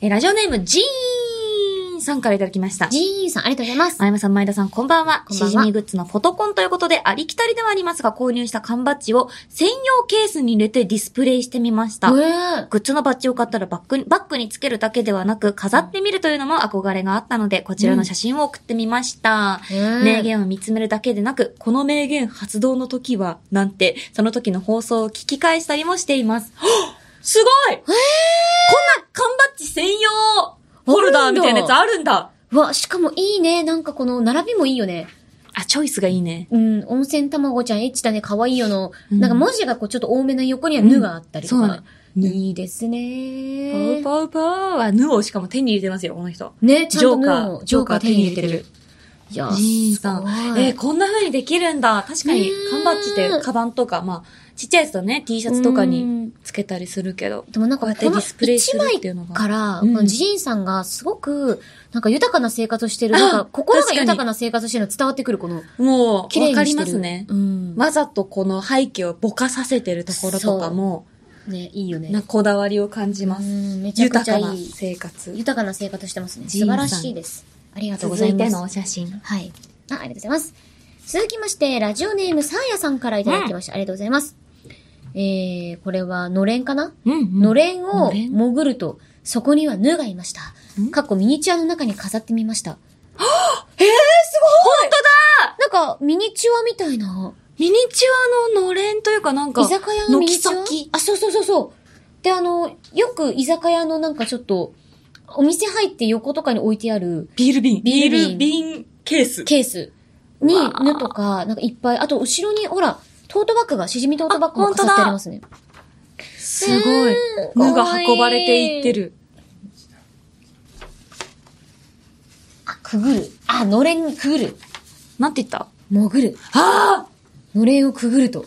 Speaker 1: えーラジオネーム、ジーンさんからいただきました。
Speaker 2: ジーンさん、ありがとうございます。
Speaker 1: あやまさん、前田さん、こんばんは。
Speaker 2: こんばん
Speaker 1: し
Speaker 2: は
Speaker 1: じみグッズのフォトコンということで、ありきたりではありますが、購入した缶バッジを専用ケースに入れてディスプレイしてみました。
Speaker 2: え
Speaker 1: グッズのバッジを買ったらバッグに、バッグにつけるだけではなく、飾ってみるというのも憧れがあったので、こちらの写真を送ってみました。
Speaker 2: ー
Speaker 1: 名言を見つめるだけでなく、この名言発動の時は、なんて、その時の放送を聞き返したりもしています。 すごい、こんな缶バッジ専用ホルダーみたいなやつあるんだ
Speaker 2: うわ、しかもいいね。なんかこの、並びもいいよね。
Speaker 1: あ、チョイスがいいね。
Speaker 2: うん、温泉卵ちゃん、エッチだね、可愛いよの。
Speaker 1: うん
Speaker 2: なんか文字がこう、ちょっと多めの横にはぬがあったりと
Speaker 1: うん
Speaker 2: か。
Speaker 1: そうなのね
Speaker 2: いいです
Speaker 1: パ
Speaker 2: ね
Speaker 1: ウ。パウパウは、ヌをしかも手に入れてますよ、この人。
Speaker 2: ね、ちゃん
Speaker 1: ジョー
Speaker 2: とぬ
Speaker 1: カ
Speaker 2: を
Speaker 1: ー、
Speaker 2: ジョーカー手に入れてる。。いや
Speaker 1: ジーンさん。えーこんな風にできるんだ。確か
Speaker 2: ね
Speaker 1: に
Speaker 2: ー、
Speaker 1: 缶バッジって、カバンとか、まあ、ちっちゃいやつとね、T シャツとかにつけたりするけど、
Speaker 2: でもなん
Speaker 1: こ
Speaker 2: か
Speaker 1: うやって
Speaker 2: こ
Speaker 1: デ
Speaker 2: の
Speaker 1: ィスプレイす
Speaker 2: 一
Speaker 1: る
Speaker 2: 枚
Speaker 1: っていうのが。
Speaker 2: から、
Speaker 1: うん
Speaker 2: このジーンさんがすごく、なんか豊かな生活をしてる、なん
Speaker 1: あ
Speaker 2: か心
Speaker 1: 確か
Speaker 2: が
Speaker 1: に
Speaker 2: 豊かな生活をしてるの伝わってくる、この、
Speaker 1: もう、
Speaker 2: 綺麗
Speaker 1: わ
Speaker 2: に
Speaker 1: か
Speaker 2: して
Speaker 1: りま
Speaker 2: る。
Speaker 1: すね。
Speaker 2: うん。
Speaker 1: わざとこの背景をぼかさせてるところとかも、
Speaker 2: ね、いいよね。
Speaker 1: なこだわりを感じま
Speaker 2: う
Speaker 1: す。
Speaker 2: ん、めちゃく
Speaker 1: 豊
Speaker 2: ちゃ
Speaker 1: か
Speaker 2: い。
Speaker 1: ない生活。
Speaker 2: 豊かな生活してますね。
Speaker 1: ジ
Speaker 2: 素
Speaker 1: ーン
Speaker 2: 晴
Speaker 1: さん
Speaker 2: らしいです。ありがとうご
Speaker 1: 続
Speaker 2: ざい
Speaker 1: い
Speaker 2: ま
Speaker 1: て
Speaker 2: す。
Speaker 1: のお写真。
Speaker 2: はい。あ、ありがとうございます。続きまして、ラジオネームさあやさんからいただきました。ありがとうございます。えー、これは、のれんかな、
Speaker 1: うん、うん。
Speaker 2: のれん
Speaker 1: の
Speaker 2: を
Speaker 1: れん
Speaker 2: 潜ると、そこにはぬがいました
Speaker 1: ん。
Speaker 2: かっこミニチュアの中に飾ってみました。はえー、すごい本当だなんか、ミニチュアみたいな。
Speaker 1: ミニチュアののれんというかなんか、
Speaker 2: 居酒屋のミニチュア
Speaker 1: 軒先
Speaker 2: あ、そうそうそうそう。で、あの、よく居酒屋のなんかちょっと、お店入って横とかに置いてある
Speaker 1: ビール瓶。
Speaker 2: ビール瓶
Speaker 1: 瓶ケース。
Speaker 2: ケースに
Speaker 1: うわー
Speaker 2: ぬとか、なんかいっぱい、あと後ろにほら、トートバッグが、しじみトートバッ
Speaker 1: あ
Speaker 2: グも
Speaker 1: 本当だ
Speaker 2: 飾ってありますね。
Speaker 1: すごい。
Speaker 2: うん
Speaker 1: ぬが運ばれていってる。
Speaker 2: あ、くぐる。あ、のれんにくぐる。
Speaker 1: なんて言った
Speaker 2: 潜る。
Speaker 1: ああ
Speaker 2: のれんをくぐると。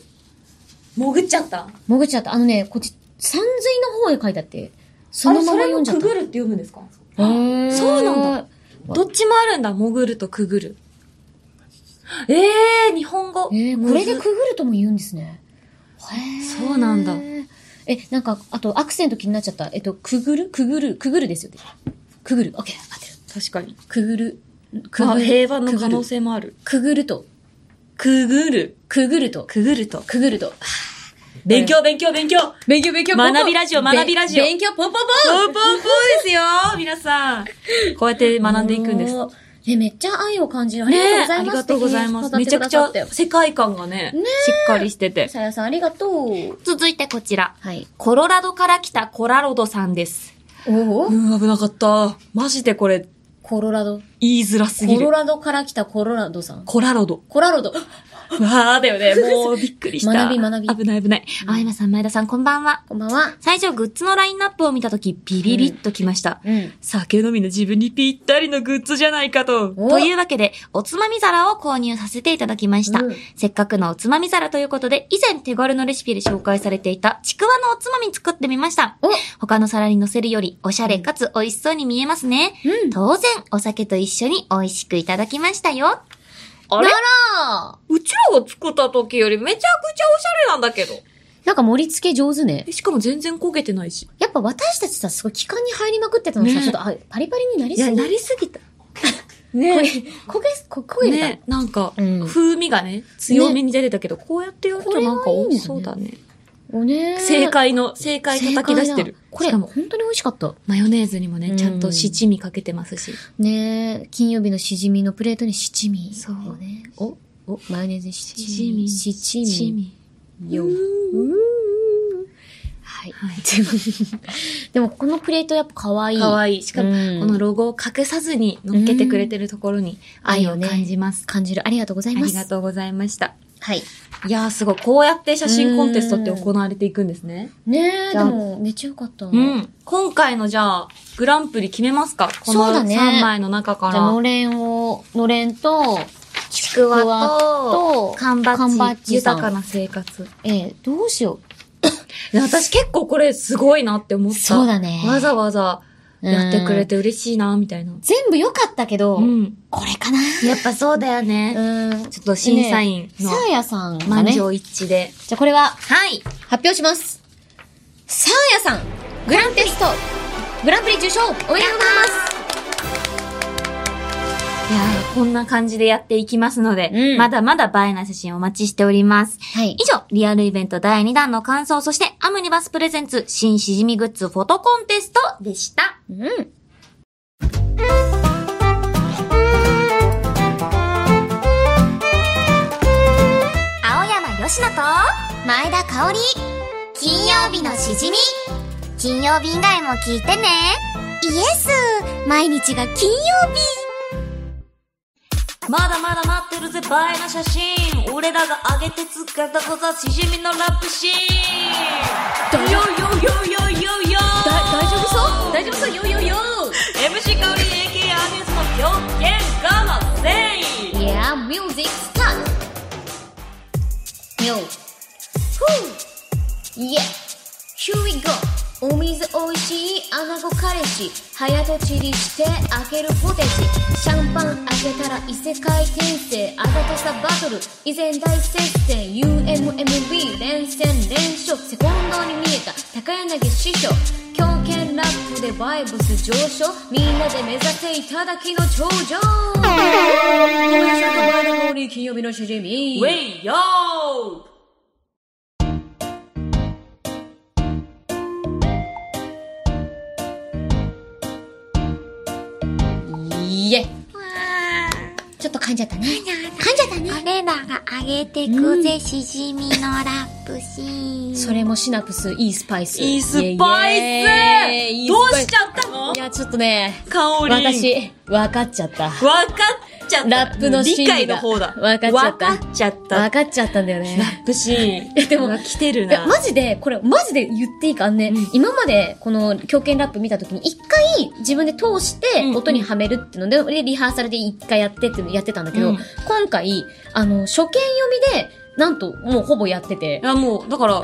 Speaker 1: 潜っちゃった。
Speaker 2: 潜っちゃった。あのね、こっち、山水の方へ書いてあって、そ
Speaker 1: あれ
Speaker 2: のまま読んじゃった。
Speaker 1: それをくぐるって読むんですか
Speaker 2: へー
Speaker 1: そうなんだ。どっちもあるんだ。潜るとくぐる。ええー、日本語。
Speaker 2: えー、これで
Speaker 1: む
Speaker 2: く
Speaker 1: ず
Speaker 2: ぐるとも言うんですね。へー
Speaker 1: そうなんだ。
Speaker 2: え、なんか、あとアクセント気になっちゃった。えっと、くぐるくぐるくぐるですよね。くぐる。オッケー、合ってる。
Speaker 1: 確かに。
Speaker 2: くぐる。く
Speaker 1: あ
Speaker 2: ぐる。
Speaker 1: 平和の可
Speaker 2: くぐ
Speaker 1: 能
Speaker 2: る
Speaker 1: 性もある。
Speaker 2: くぐると。
Speaker 1: くぐる。
Speaker 2: くぐると。
Speaker 1: くぐると。
Speaker 2: くぐると。
Speaker 1: 勉強、勉強、勉強。ポン
Speaker 2: 勉強勉強
Speaker 1: ポン
Speaker 2: 学びラジオ
Speaker 1: べ
Speaker 2: 学びラジオ。
Speaker 1: 勉
Speaker 2: 強ポンポン
Speaker 1: ポンポンですよ、皆さん。こうやって学んでいくんです。。
Speaker 2: え、めっちゃ愛を感じる。あり
Speaker 1: ね
Speaker 2: がとうござ
Speaker 1: あ
Speaker 2: い
Speaker 1: り
Speaker 2: ます。
Speaker 1: がとうございます。めちゃくちゃ世界観がね、し
Speaker 2: ね
Speaker 1: っかりしてて。
Speaker 2: さやさんありがとう。
Speaker 1: 続いてこちら。
Speaker 2: はい。
Speaker 1: コロラドから来たコラロドさんです。
Speaker 2: おお
Speaker 1: うん、危なかった。マジでこれ、
Speaker 2: コロラド。
Speaker 1: 言いづらすぎ
Speaker 2: コロ
Speaker 1: る。
Speaker 2: ラドから来たコロラドさん。
Speaker 1: コラロド。
Speaker 2: コラロド。
Speaker 1: わあだよね。もうびっくり した。
Speaker 2: 学び学び
Speaker 1: 危ない危ない。あやまさん、前田さん、こんばんは。
Speaker 2: こんばんは。
Speaker 1: 最初、グッズのラインナップを見たとき、ビビビッときました。
Speaker 2: うん。
Speaker 1: 酒飲みの自分にぴったりのグッズじゃないかと。
Speaker 2: お
Speaker 1: というわけで、おつまみ皿を購入させていただきました。
Speaker 2: うん
Speaker 1: せっかくのおつまみ皿ということで、以前手軽のレシピで紹介されていたちくわのおつまみ作ってみました
Speaker 2: お。
Speaker 1: 他の皿に乗せるより、おしゃれかつ美味しそうに見えますね。
Speaker 2: うん
Speaker 1: 当然、お酒と一緒に美味しくいただきましたよ。あ
Speaker 2: あら
Speaker 1: うちらが作った時よりめちゃくちゃおしゃれなんだけど。
Speaker 2: なんか盛り付け上手ね。
Speaker 1: しかも全然焦げてないし。
Speaker 2: やっぱ私たちさ、すごい期間に入りまくってたのさ、
Speaker 1: ね
Speaker 2: ちょっとあパリパリになり
Speaker 1: い
Speaker 2: す
Speaker 1: や、
Speaker 2: ぎ
Speaker 1: なりすぎた。ね
Speaker 2: 焦げ、こ焦げて
Speaker 1: ね、なんか、
Speaker 2: うん
Speaker 1: 風味がね、強めに出てたけど、こうやってやるとなんか美味しそうだね。
Speaker 2: た。おね
Speaker 1: 正解の、正解叩き出してる
Speaker 2: 正解だ。これ、
Speaker 1: しか
Speaker 2: 本
Speaker 1: も、
Speaker 2: 当に美味しかった。
Speaker 1: マヨネーズにも
Speaker 2: う
Speaker 1: ね、
Speaker 2: ん
Speaker 1: ちゃんと七味かけてますし。
Speaker 2: ねえ、金曜日のしじみのプレートに七味。
Speaker 1: そう
Speaker 2: ね。お、お、マヨネーズに七
Speaker 1: 七
Speaker 2: 味。
Speaker 1: 味
Speaker 2: 七味。
Speaker 1: 七味。
Speaker 2: よ。はい。 でも、このプレートやっぱ可愛い。
Speaker 1: かわ
Speaker 2: い
Speaker 1: いい。しかも、
Speaker 2: うん
Speaker 1: このロゴを隠さずに乗っけてくれてるところに愛を
Speaker 2: 愛をね
Speaker 1: 感じます。
Speaker 2: 感じる。ありがとうござい
Speaker 1: あ
Speaker 2: ます。
Speaker 1: りがとうございました。
Speaker 2: はい。
Speaker 1: いやーすごい。こうやって写真コンテストって行われていくんですね。
Speaker 2: ねえ、
Speaker 1: じ
Speaker 2: で
Speaker 1: ゃあ
Speaker 2: も、めっちゃよかった。
Speaker 1: う
Speaker 2: じ
Speaker 1: ん。今回のじゃあ、グランプリ決めますかこの
Speaker 2: そうだね
Speaker 1: 3枚の中か
Speaker 2: ゃあ、
Speaker 1: ら。
Speaker 2: のれんを、のれんと、
Speaker 1: ちくわと、
Speaker 2: と、
Speaker 1: 缶バッジ
Speaker 2: 缶バッジさん
Speaker 1: 豊かな生活。
Speaker 2: えー、どうしよう。
Speaker 1: いや私結構これすごいなって思った。
Speaker 2: そうだね
Speaker 1: わざわざやってくれ
Speaker 2: て。
Speaker 1: て嬉しいな、みたいな。
Speaker 2: 全部良かったけど、
Speaker 1: うん。
Speaker 2: これかな。
Speaker 1: やっぱそうだよね。
Speaker 2: うん。
Speaker 1: ちょっと審査員
Speaker 2: サ
Speaker 1: の
Speaker 2: ーヤさんが
Speaker 1: 満
Speaker 2: ね。じゃ
Speaker 1: 場一致で。
Speaker 2: あこれは
Speaker 1: はい。
Speaker 2: 発表します。サーヤさん、グランテスト、グランプリ受賞、おめでとうございます。
Speaker 1: いやーこんな感じでやっていきますので、
Speaker 2: うん
Speaker 1: まだまだ映えな写真お待ちしております。
Speaker 2: はい
Speaker 1: 以。上、リアルイベント第2弾の感想、そしてアムニバスプレゼンツ新しじみグッズフォトコンテストでした。
Speaker 2: うん。
Speaker 4: 青山よしのと前田香織金曜日のしじみ金曜日以外も聞いてねイエス毎日が金曜日
Speaker 1: まだまだ待ってるぜ、映えな写真。俺らが上げて使ったこざ、しじみのラップシーン。よよよよよよ
Speaker 2: だ、大丈夫そう大丈夫そうよよよ
Speaker 1: MC 香り AK アーティストの表現がません
Speaker 2: Yeah, music start! Yo! Whew! Yeah! Here we go! お水おいしい穴子彼氏早とちりして開けるポテチシャンパン開けたら異世界転生あざとさバトル以前大接戦 UMMB 連戦連勝セコンドに見えた高柳師匠狂犬ラップでバイブス上昇みんなで目指せいただきの頂上ごめんなさいごめんなさい金曜日のしじみ
Speaker 1: ウェイヨー
Speaker 2: いえちょっと噛んじゃったね噛んじゃったね
Speaker 4: 俺らが上げてくぜ、しじみのラップシーン
Speaker 2: それもシナプスいいスパイス
Speaker 1: いいスパイス
Speaker 2: イエイエイ
Speaker 1: どうしち
Speaker 2: ゃ
Speaker 1: ゃったの
Speaker 2: いやちょっとね
Speaker 1: 香り
Speaker 2: 私分かっちゃった
Speaker 1: 分かっちゃった
Speaker 2: ラップの心理
Speaker 1: 理
Speaker 2: が
Speaker 1: 解の方だ
Speaker 2: 分かっちゃった
Speaker 1: 分かっちゃった
Speaker 2: 分かっちゃったんだよ
Speaker 1: ラ
Speaker 2: ね
Speaker 1: ップシーン
Speaker 2: でも
Speaker 1: うわ来てる
Speaker 2: い
Speaker 1: な
Speaker 2: や、マジで、これ、マジで言っていいか、あのね、
Speaker 1: うん
Speaker 2: 今まで、この、狂犬ラップ見たときに、一回、自分で通して
Speaker 1: うんう、ん
Speaker 2: 音にはめるっていうので、で、リハーサルで一回やってっていうのやってたんだけど、
Speaker 1: うん
Speaker 2: 今回、あの、初見読みで、なんと、もうほぼやってて
Speaker 1: い、やもうだから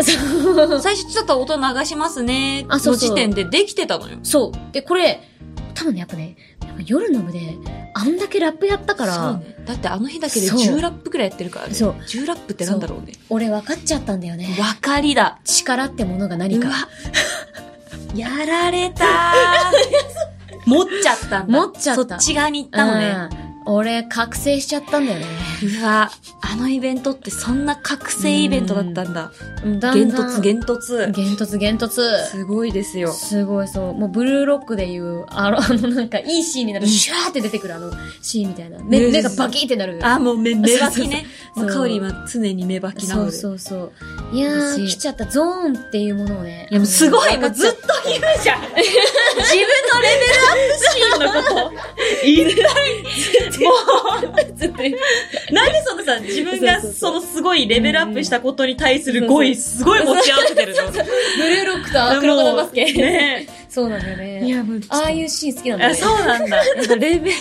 Speaker 1: 最初ちょっと音流しますね
Speaker 2: あそう
Speaker 1: の
Speaker 2: そう
Speaker 1: 時点でできてたのよ
Speaker 2: そう。で、これ、多分ね、やっぱね、やっぱ夜の部で、あんだけラップやったから、
Speaker 1: そうねだってあの日だけで
Speaker 2: そう
Speaker 1: 10ラップくらいやってるからね
Speaker 2: そう
Speaker 1: 10ラップってなんだろうね
Speaker 2: 俺分かっちゃったんだよね。
Speaker 1: 分かりだ
Speaker 2: 力ってものが何
Speaker 1: うわ
Speaker 2: か。
Speaker 1: やられたー 持っちゃったんだ
Speaker 2: 持っちゃった
Speaker 1: そっち側に行ったのね
Speaker 2: うん俺、覚醒しちゃったんだよね。
Speaker 1: うわ、あのイベントってそんな覚醒イベントだったんだ。
Speaker 2: だ
Speaker 1: 幻
Speaker 2: んだん
Speaker 1: 突、幻突。
Speaker 2: 幻突、幻突。
Speaker 1: すごいですよ。
Speaker 2: すごいそう。もうブルーロックでいう、あの、あのなんか、いいシーンになる、シャーって出てくるあの、シーンみたいな。目、
Speaker 1: ね
Speaker 2: 目がバキってなる。
Speaker 1: あ、もう目、目ばきね。
Speaker 2: そうそうそう
Speaker 1: まあ、かおりは常に目ばきな
Speaker 2: そ
Speaker 1: の
Speaker 2: う
Speaker 1: で。
Speaker 2: そうそう。いやー、
Speaker 1: 嬉しい
Speaker 2: 来ちゃった。ゾーンっていうものをね。
Speaker 1: いや、もうすごい、
Speaker 2: 分
Speaker 1: も
Speaker 2: か
Speaker 1: う
Speaker 2: っ
Speaker 1: ずっと言うじゃん。自分のレベルアップシーンのこと。いない。も
Speaker 2: ちゃった
Speaker 1: う、なんでそのさ、自分が
Speaker 2: そうそうそ
Speaker 1: そのすごいレベルアップしたことに対する語彙、すごい持ち合わせて るの。
Speaker 2: ブルーロックとアクロバタバスケ。
Speaker 1: もうね
Speaker 2: そうなんだよね。
Speaker 1: いやもう
Speaker 2: ああいうシーン好きなんだよ
Speaker 1: あ
Speaker 2: ね。
Speaker 1: そうなんだ。やっぱレベル。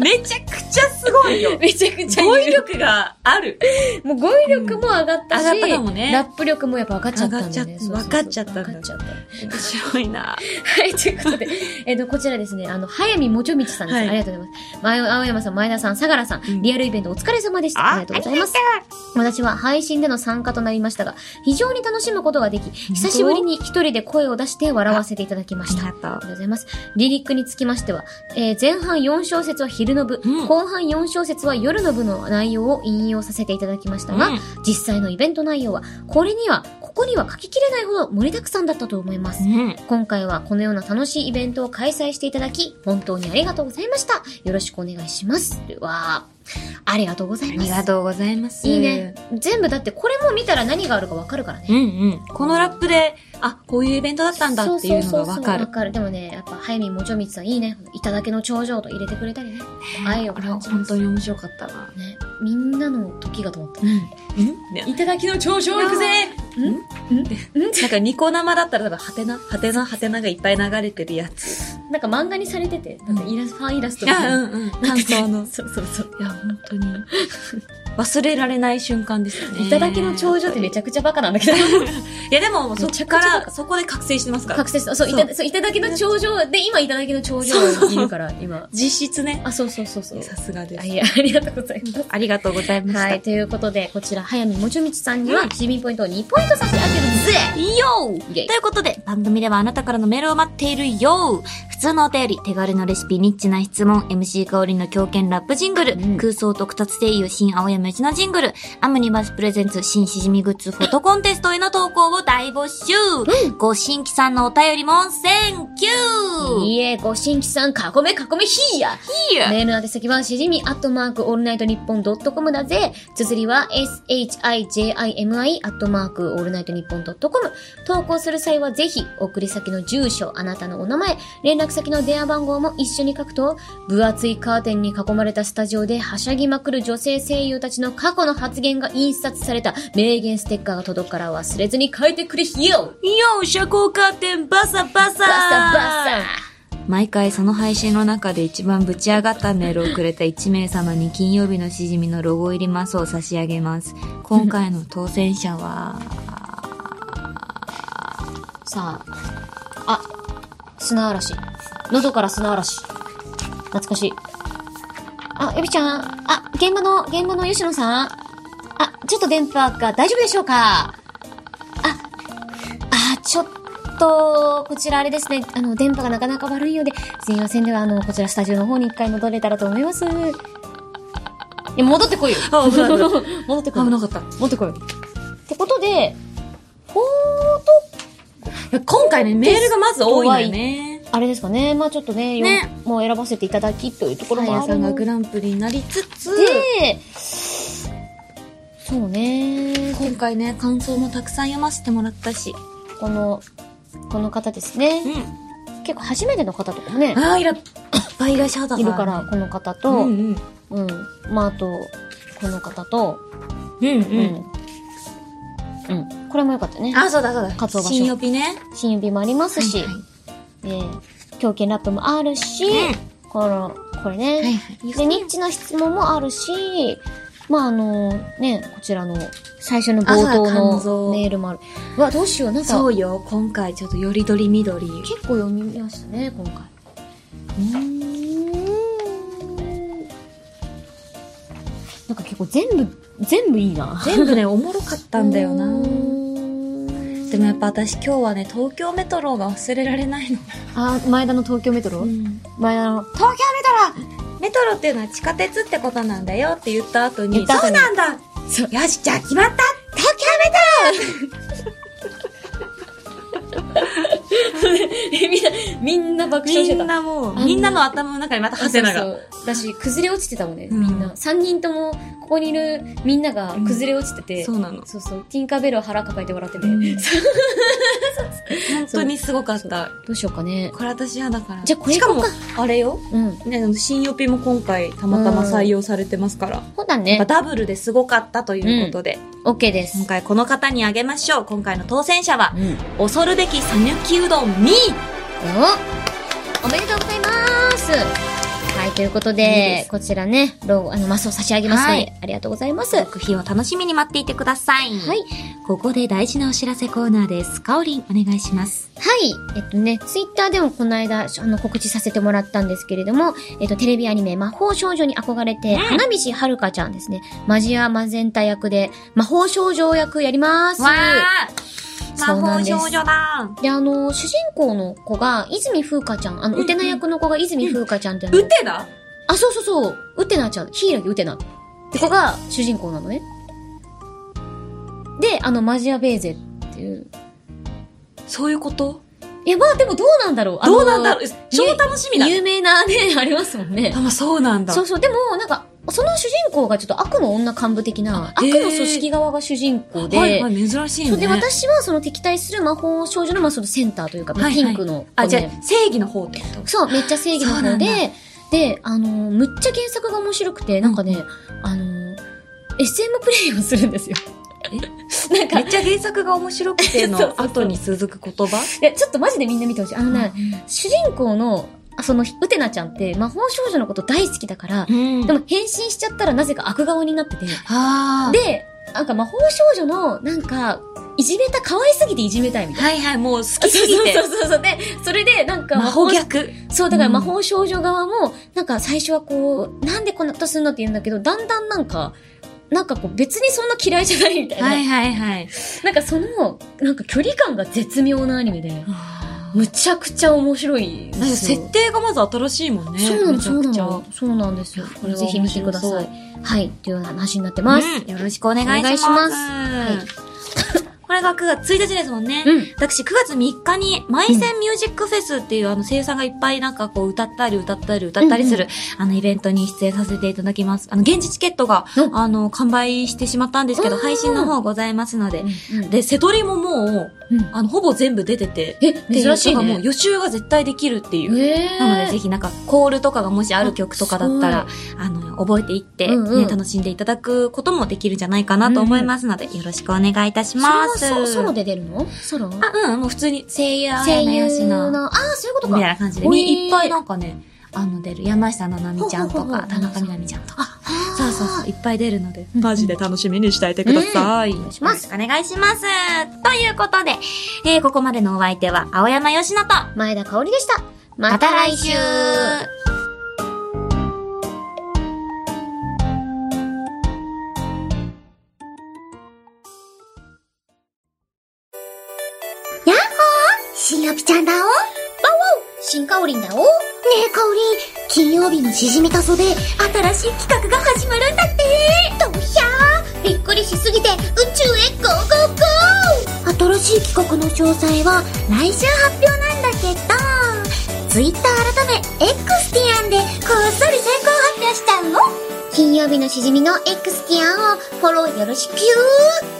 Speaker 1: めちゃくちゃすごいよ。
Speaker 2: めちゃくち ゃ
Speaker 1: 語
Speaker 2: 言
Speaker 1: 彙力がある。
Speaker 2: う。もう語彙力も上がったし、
Speaker 1: うん上がったかもね
Speaker 2: ラップ力もやっぱ上がっちゃったんだよね。
Speaker 1: 上がっちゃ分かっちゃったんだ
Speaker 2: 分かっちゃった。
Speaker 1: 面白いな。
Speaker 2: はい、ということで、えっと、こちらですね、あの、早見もちょみちさんです。
Speaker 1: はい
Speaker 2: ありがとうございます。前青山さん、前田さん、相良さん、
Speaker 1: うん
Speaker 2: リアルイベントお疲れ様でした。
Speaker 1: あ
Speaker 2: ありがとうございます。私は配信での参加となりましたが、非常に楽しむことができ、久しぶりに一人で声を出して笑わせていただきました。あり
Speaker 1: と
Speaker 2: がとうございます。リリックにつきましては、えー前半4小節は昼の部、
Speaker 1: うん
Speaker 2: 後半4小節は夜の部の内容を引用させていただきましたが、実際のイベント内容は、これには、ここには書ききれないほど盛りだくさんだったと思います。
Speaker 1: うん。
Speaker 2: 今回はこのような楽しいイベントを開催していただき、本当にありがとうございました。よろしくお願いします。うわーありがとうござい
Speaker 1: あ
Speaker 2: ます。
Speaker 1: りがとうございます。
Speaker 2: いいね。。全部だってこれも見たら何があるかわかるから
Speaker 1: う
Speaker 2: ね。
Speaker 1: んうん。このラップで、あ、こういうイベントだったんだっていうのがわか
Speaker 2: わ
Speaker 1: る。
Speaker 2: かる。でもね、やっぱ、早見もちょみつさんいいね。いただけの頂上と入れてくれたりね。愛を
Speaker 1: これは
Speaker 2: 感じま
Speaker 1: 本
Speaker 2: す。
Speaker 1: 当に面白かったな。
Speaker 2: ね、みんなの時がと思った。
Speaker 1: うん。うんね
Speaker 2: いただきの頂上
Speaker 1: 行くぜ
Speaker 2: んんん
Speaker 1: なんかニコ生だったら多分、ハテナ、ハテナ、ハテナがいっぱい流れてるやつ。
Speaker 2: なんか漫画にされてて、なんかイラスト、ファンイラストみたい
Speaker 1: あ、
Speaker 2: な
Speaker 1: うんうん。感想の。い
Speaker 2: そうそうそう。
Speaker 1: や、本当に。 忘れられない瞬間ですよね。
Speaker 2: 頂きの長女ってめちゃくちゃバカなんだけど。
Speaker 1: いやでも、そっ
Speaker 2: めちゃくちゃ
Speaker 1: か
Speaker 2: バカ
Speaker 1: ら、そこで覚醒してますから。
Speaker 2: 覚醒した。そう、いただそう頂きの長女で、今頂きの長女にいるから、今。
Speaker 1: 実質ね。
Speaker 2: あ、そうそうそうそう。
Speaker 1: さすがで
Speaker 2: あ
Speaker 1: す
Speaker 2: い。や、ありがとうございます。
Speaker 1: ありがとうございました。
Speaker 2: はい、
Speaker 1: い、
Speaker 2: ということで、こちら、早見もちみちさんには
Speaker 1: う、ん
Speaker 2: 市民ポイントを2ポイント差し上げるぜ
Speaker 1: よー
Speaker 2: イェイ
Speaker 1: ということで、番組ではあなたからのメールを待っているよ普通のお便り、手軽なレシピ、ニッチな質問、MC 香りの狂犬ラップジングル、
Speaker 2: うん
Speaker 1: 空想特撮声優、新青山一のジングル、アムニバスプレゼンツ、新しじみグッズフォトコンテストへの投稿を大募集、ご新規さんのお便りも、センキュー
Speaker 2: いいえ、ご新規さん、かこめかこめ、ひいや
Speaker 1: いや
Speaker 2: メールの宛先は、しじみ、アットマーク、オールナイトニッポンドットコムだぜ。綴りは、shijimi、アットマーク、オールナイトニッポンドットコム。投稿する際は、ぜひ、送り先の住所、あなたのお名前、連絡先の電話番号も一緒に書くと、分厚いカーテンに囲まれたスタジオで、はしゃぎまくる女性声優たちの過去の発言が印刷された名言ステッカーが届くから忘れずに書いてくれ、ひよ
Speaker 1: よ遮光カーテンバサバサ
Speaker 2: バサバサ
Speaker 1: 毎回その配信の中で一番ぶち上がったメールをくれた1名様に金曜日のしじみのロゴ入りマスを差し上げます。今回の当選者は、
Speaker 2: さあ、あ、砂嵐。喉から砂嵐。懐かしい。あ、ゆびちゃん。あ、現場の、現場の吉野さん。あ、ちょっと電波が大丈夫でしょうかあ、あ、ちょっと、こちらあれですね。あの、電波がなかなか悪いようで、すいません。では、あの、こちらスタジオの方に一回戻れたらと思います。いや、戻ってこいよ。
Speaker 1: あ危ない危な
Speaker 2: 戻ってこい。
Speaker 1: かった。
Speaker 2: 持ってこい。ってことで、ほーと、
Speaker 1: 今回ね、メールがまず多いんだよね。
Speaker 2: あれですかね、まあちょっとね、よ
Speaker 1: ね
Speaker 2: もう選ばせていただきというところ
Speaker 1: パン
Speaker 2: も
Speaker 1: 屋
Speaker 2: あ
Speaker 1: さ
Speaker 2: る
Speaker 1: んが
Speaker 2: の
Speaker 1: グ
Speaker 2: で、
Speaker 1: ランプリになりつつ、
Speaker 2: そうね、
Speaker 1: 今回ね、感想もたくさん読ませてもらったし。
Speaker 2: この、この方ですね、
Speaker 1: ん。
Speaker 2: 結構初めての方とかもね、
Speaker 1: ああ、いら、いっぱいいらっしゃった
Speaker 2: いるから、。この方
Speaker 1: う
Speaker 2: と、
Speaker 1: ん
Speaker 2: うん、
Speaker 1: うん。
Speaker 2: まああと、この方と、
Speaker 1: うんう。、
Speaker 2: うんうん、これも良かったね。
Speaker 1: あ、そうだそうだ。
Speaker 2: 活動場所
Speaker 1: 新予備ね。
Speaker 2: 新指もありますし、
Speaker 1: はいはい
Speaker 2: えー狂犬ラップもあるし、この、これね、
Speaker 1: はいはい
Speaker 2: で、ニッチな質問もあるし、まあ、あの、ね、こちらの最初の冒頭
Speaker 1: あそう肝臓
Speaker 2: のメールもある。うわ、どうしよう、なんか、
Speaker 1: そうよ、今回ちょっとよりどりみどり。
Speaker 2: 結構読みましたね、今回。うーん。なんか結構全部、全部いいな。
Speaker 1: 全部ね、おもろかったんだよな。
Speaker 2: うーん
Speaker 1: でもやっぱ、私今日はね、東京メトロが忘れられないの。
Speaker 2: あ、前田の東京メトロ、前田の、
Speaker 1: 東京メトロメトロっていうのは地下鉄ってことなんだよって言った後に、
Speaker 2: 言った後に
Speaker 1: そうなんだよし、じゃあ決まった東京メ
Speaker 2: みんな、みんな爆笑して
Speaker 1: み
Speaker 2: た
Speaker 1: ん。なも
Speaker 2: あの
Speaker 1: う、みんなの頭の中にまたハテナ
Speaker 2: そ
Speaker 1: が。
Speaker 2: うそうだし、崩れ落ちてたもんね、
Speaker 1: うん
Speaker 2: みんな。3人とも、ここにいるみんなが崩れ落ちてて、
Speaker 1: そうなの。
Speaker 2: そうそう、ティンカーベルを腹抱えて笑ってて、
Speaker 1: うん
Speaker 2: そう
Speaker 1: 本当にすごかった。
Speaker 2: どうしようかね。
Speaker 1: これ私嫌だから。
Speaker 2: じゃあこれ
Speaker 1: し
Speaker 2: 行
Speaker 1: か
Speaker 2: こう
Speaker 1: も
Speaker 2: か、
Speaker 1: あれよ。
Speaker 2: うん。
Speaker 1: ね、あの新予備も今回たまたま採用されてますから。
Speaker 2: ほんだ
Speaker 1: やっぱ
Speaker 2: ね。
Speaker 1: ダブルですごかったということで、
Speaker 2: OK で
Speaker 1: 今
Speaker 2: す。
Speaker 1: 回この方にあげましょう。今回の当選者は、
Speaker 2: うん。
Speaker 1: 恐るべきさぬきうどんみ
Speaker 2: おおめでとうございますはい、ということで、
Speaker 1: いいです
Speaker 2: こちらね、ロゴ、あの、マスを差し上げますので、
Speaker 1: はい
Speaker 2: ありがとうございます。
Speaker 1: 作品を楽しみに待っていてください。
Speaker 2: はい。
Speaker 1: ここで大事なお知らせコーナーです。かおりん、お願いします。
Speaker 2: はい。えっとね、ツイッターでもこの間、あの、告知させてもらったんですけれども、えっと、テレビアニメ、魔法少女に憧れて、花道はるかちゃんですね、マジアマゼンタ役で、魔法少女役やります。
Speaker 1: あ
Speaker 2: そう
Speaker 1: 魔
Speaker 2: なん
Speaker 1: 法
Speaker 2: です
Speaker 1: 少女だ
Speaker 2: で、あの、主人公の子が、泉風花ちゃん、あの、
Speaker 1: うん
Speaker 2: うてな役の子が泉風花ちゃんってあの、
Speaker 1: うてだ
Speaker 2: あ、そうそうそう、うてなちゃん、ヒイラギうてなって子が主人公なのね。で、あの、マジアベーゼっていう。
Speaker 1: そういうこと
Speaker 2: いや、まあでもどうなんだろうあの
Speaker 1: どうなんだろう超楽しみだ。
Speaker 2: 有名なね、ありますもんね。
Speaker 1: あ、そうなんだ。
Speaker 2: そうそう、でも、なんか、その主人公がちょっと悪の女幹部的な、悪
Speaker 1: へ
Speaker 2: の
Speaker 1: ー
Speaker 2: 組織側が主人公で、
Speaker 1: はいはい、珍しいね。
Speaker 2: そうで、私はその敵対する魔法少女の、まあ、そのセンターというか、まあ
Speaker 1: はいはい
Speaker 2: ピンクの、
Speaker 1: あ、じゃあ
Speaker 2: このね
Speaker 1: 正義の方ってこと
Speaker 2: そう、めっちゃ正義の
Speaker 1: そうな
Speaker 2: 方
Speaker 1: んだ
Speaker 2: で、で、あのー、むっちゃ原作が面白くて、なんかね、あのー、SM プレイをするんですよ。 なんか
Speaker 1: めっ、ちゃ原作が面白くて
Speaker 2: そうそう
Speaker 1: の
Speaker 2: そう
Speaker 1: 後に続く言葉
Speaker 2: いや、ちょっとマジでみんな見てほしい。あのね、主人公の、あその、うてなちゃんって魔法少女のこと大好きだから、
Speaker 1: うん
Speaker 2: でも変身しちゃったらなぜか悪顔になってて。
Speaker 1: ああ。
Speaker 2: で、なんか魔法少女の、なんか、いじめた、可愛すぎていじめたいみたいな。
Speaker 1: はいはい、もう好き
Speaker 2: そう
Speaker 1: すぎて
Speaker 2: そ。うそうそう。で、それで、なんか、
Speaker 1: 魔法逆。
Speaker 2: そう、だから
Speaker 1: うん
Speaker 2: 魔法少女側も、なんか最初はこう、なんでこんなことするのって言うんだけど、だんだんなんか、なんかこう別にそんな嫌いじゃないみたいな。
Speaker 1: はいはいはい。
Speaker 2: なんかその、なんか距離感が絶妙なアニメで、むちゃくちゃ面白いんで
Speaker 1: なんか
Speaker 2: すよ。
Speaker 1: 設定がまず新しいもんね。
Speaker 2: そうなの、
Speaker 1: めち
Speaker 2: そ
Speaker 1: ゃ
Speaker 2: うな
Speaker 1: くちゃ
Speaker 2: の。そうなんですよ。これぜ
Speaker 1: ぜ
Speaker 2: ひ
Speaker 1: ひ
Speaker 2: 見
Speaker 1: 見
Speaker 2: て
Speaker 1: て
Speaker 2: く
Speaker 1: く
Speaker 2: だ
Speaker 1: だ
Speaker 2: さ
Speaker 1: さ
Speaker 2: い
Speaker 1: い。
Speaker 2: はい。というような話になってます。
Speaker 1: うんよろしくお願いします。
Speaker 2: お願いし
Speaker 1: はいこれが9月1日ですもんね。
Speaker 2: うん。
Speaker 1: 私9月3日に、マイセンミュージックフェスっていう、あの、声優さんがいっぱいなんかこう、歌ったり歌ったり歌ったりする、あの、イベントに出演させていただきます。あの、現地チケットが
Speaker 2: う、ん
Speaker 1: あの、完売してしまったんですけど、
Speaker 2: うん
Speaker 1: 配信の方ございますので。で、瀬取りももう、
Speaker 2: うん
Speaker 1: あの、ほぼ全部出てて、
Speaker 2: え、珍しい
Speaker 1: ってうのがもう
Speaker 2: ね。
Speaker 1: 予習が絶対できるっていう。
Speaker 2: え
Speaker 1: なので、ぜひなんか、コールとかがもしある曲とかだったら、あの、覚えていって、ね
Speaker 2: うんうん
Speaker 1: 楽しんでいただくこともできるんじゃないかなと思いますので、よろしくお願いいたします。
Speaker 2: ソロ、ソロで出るのソロ
Speaker 1: あ、うん、もう普通に声優、
Speaker 2: 声優
Speaker 1: の、
Speaker 2: の、ああ、そういうこと
Speaker 1: みたい
Speaker 2: か。
Speaker 1: な感じで、
Speaker 2: おい
Speaker 1: みいっぱいなんかね、あの、出る、山下奈々美ちゃんと
Speaker 2: ほうほうほ
Speaker 1: か、
Speaker 2: う
Speaker 1: 田中みな実ちゃんとか、
Speaker 2: あ
Speaker 1: そうそうそう、いっぱい出るので、
Speaker 2: マ
Speaker 1: マ
Speaker 2: ジ
Speaker 1: ジ
Speaker 2: で
Speaker 1: で楽しみにしていて
Speaker 2: く
Speaker 1: く
Speaker 2: だ
Speaker 1: だ
Speaker 2: さ
Speaker 1: さい。
Speaker 2: します
Speaker 1: お願いします。ということで、えーここまでのお相手は、青山よしと、
Speaker 2: 前田香織でした。
Speaker 1: ま
Speaker 2: また
Speaker 1: た
Speaker 2: 来
Speaker 1: 来
Speaker 2: 週
Speaker 1: 週
Speaker 2: しのびちゃんだおわお新かおりんだおねえかおり金曜日のしじみたそで新しい企画が始まるんだってどうひゃーびっくりしすぎて宇宙へゴーゴーゴー新しい企画の詳細は来週発表なんだけどツイッター改め X ティアンでこっそり先行発表しちゃうの金曜日のしじみの X ティアンをフォローよろしくよー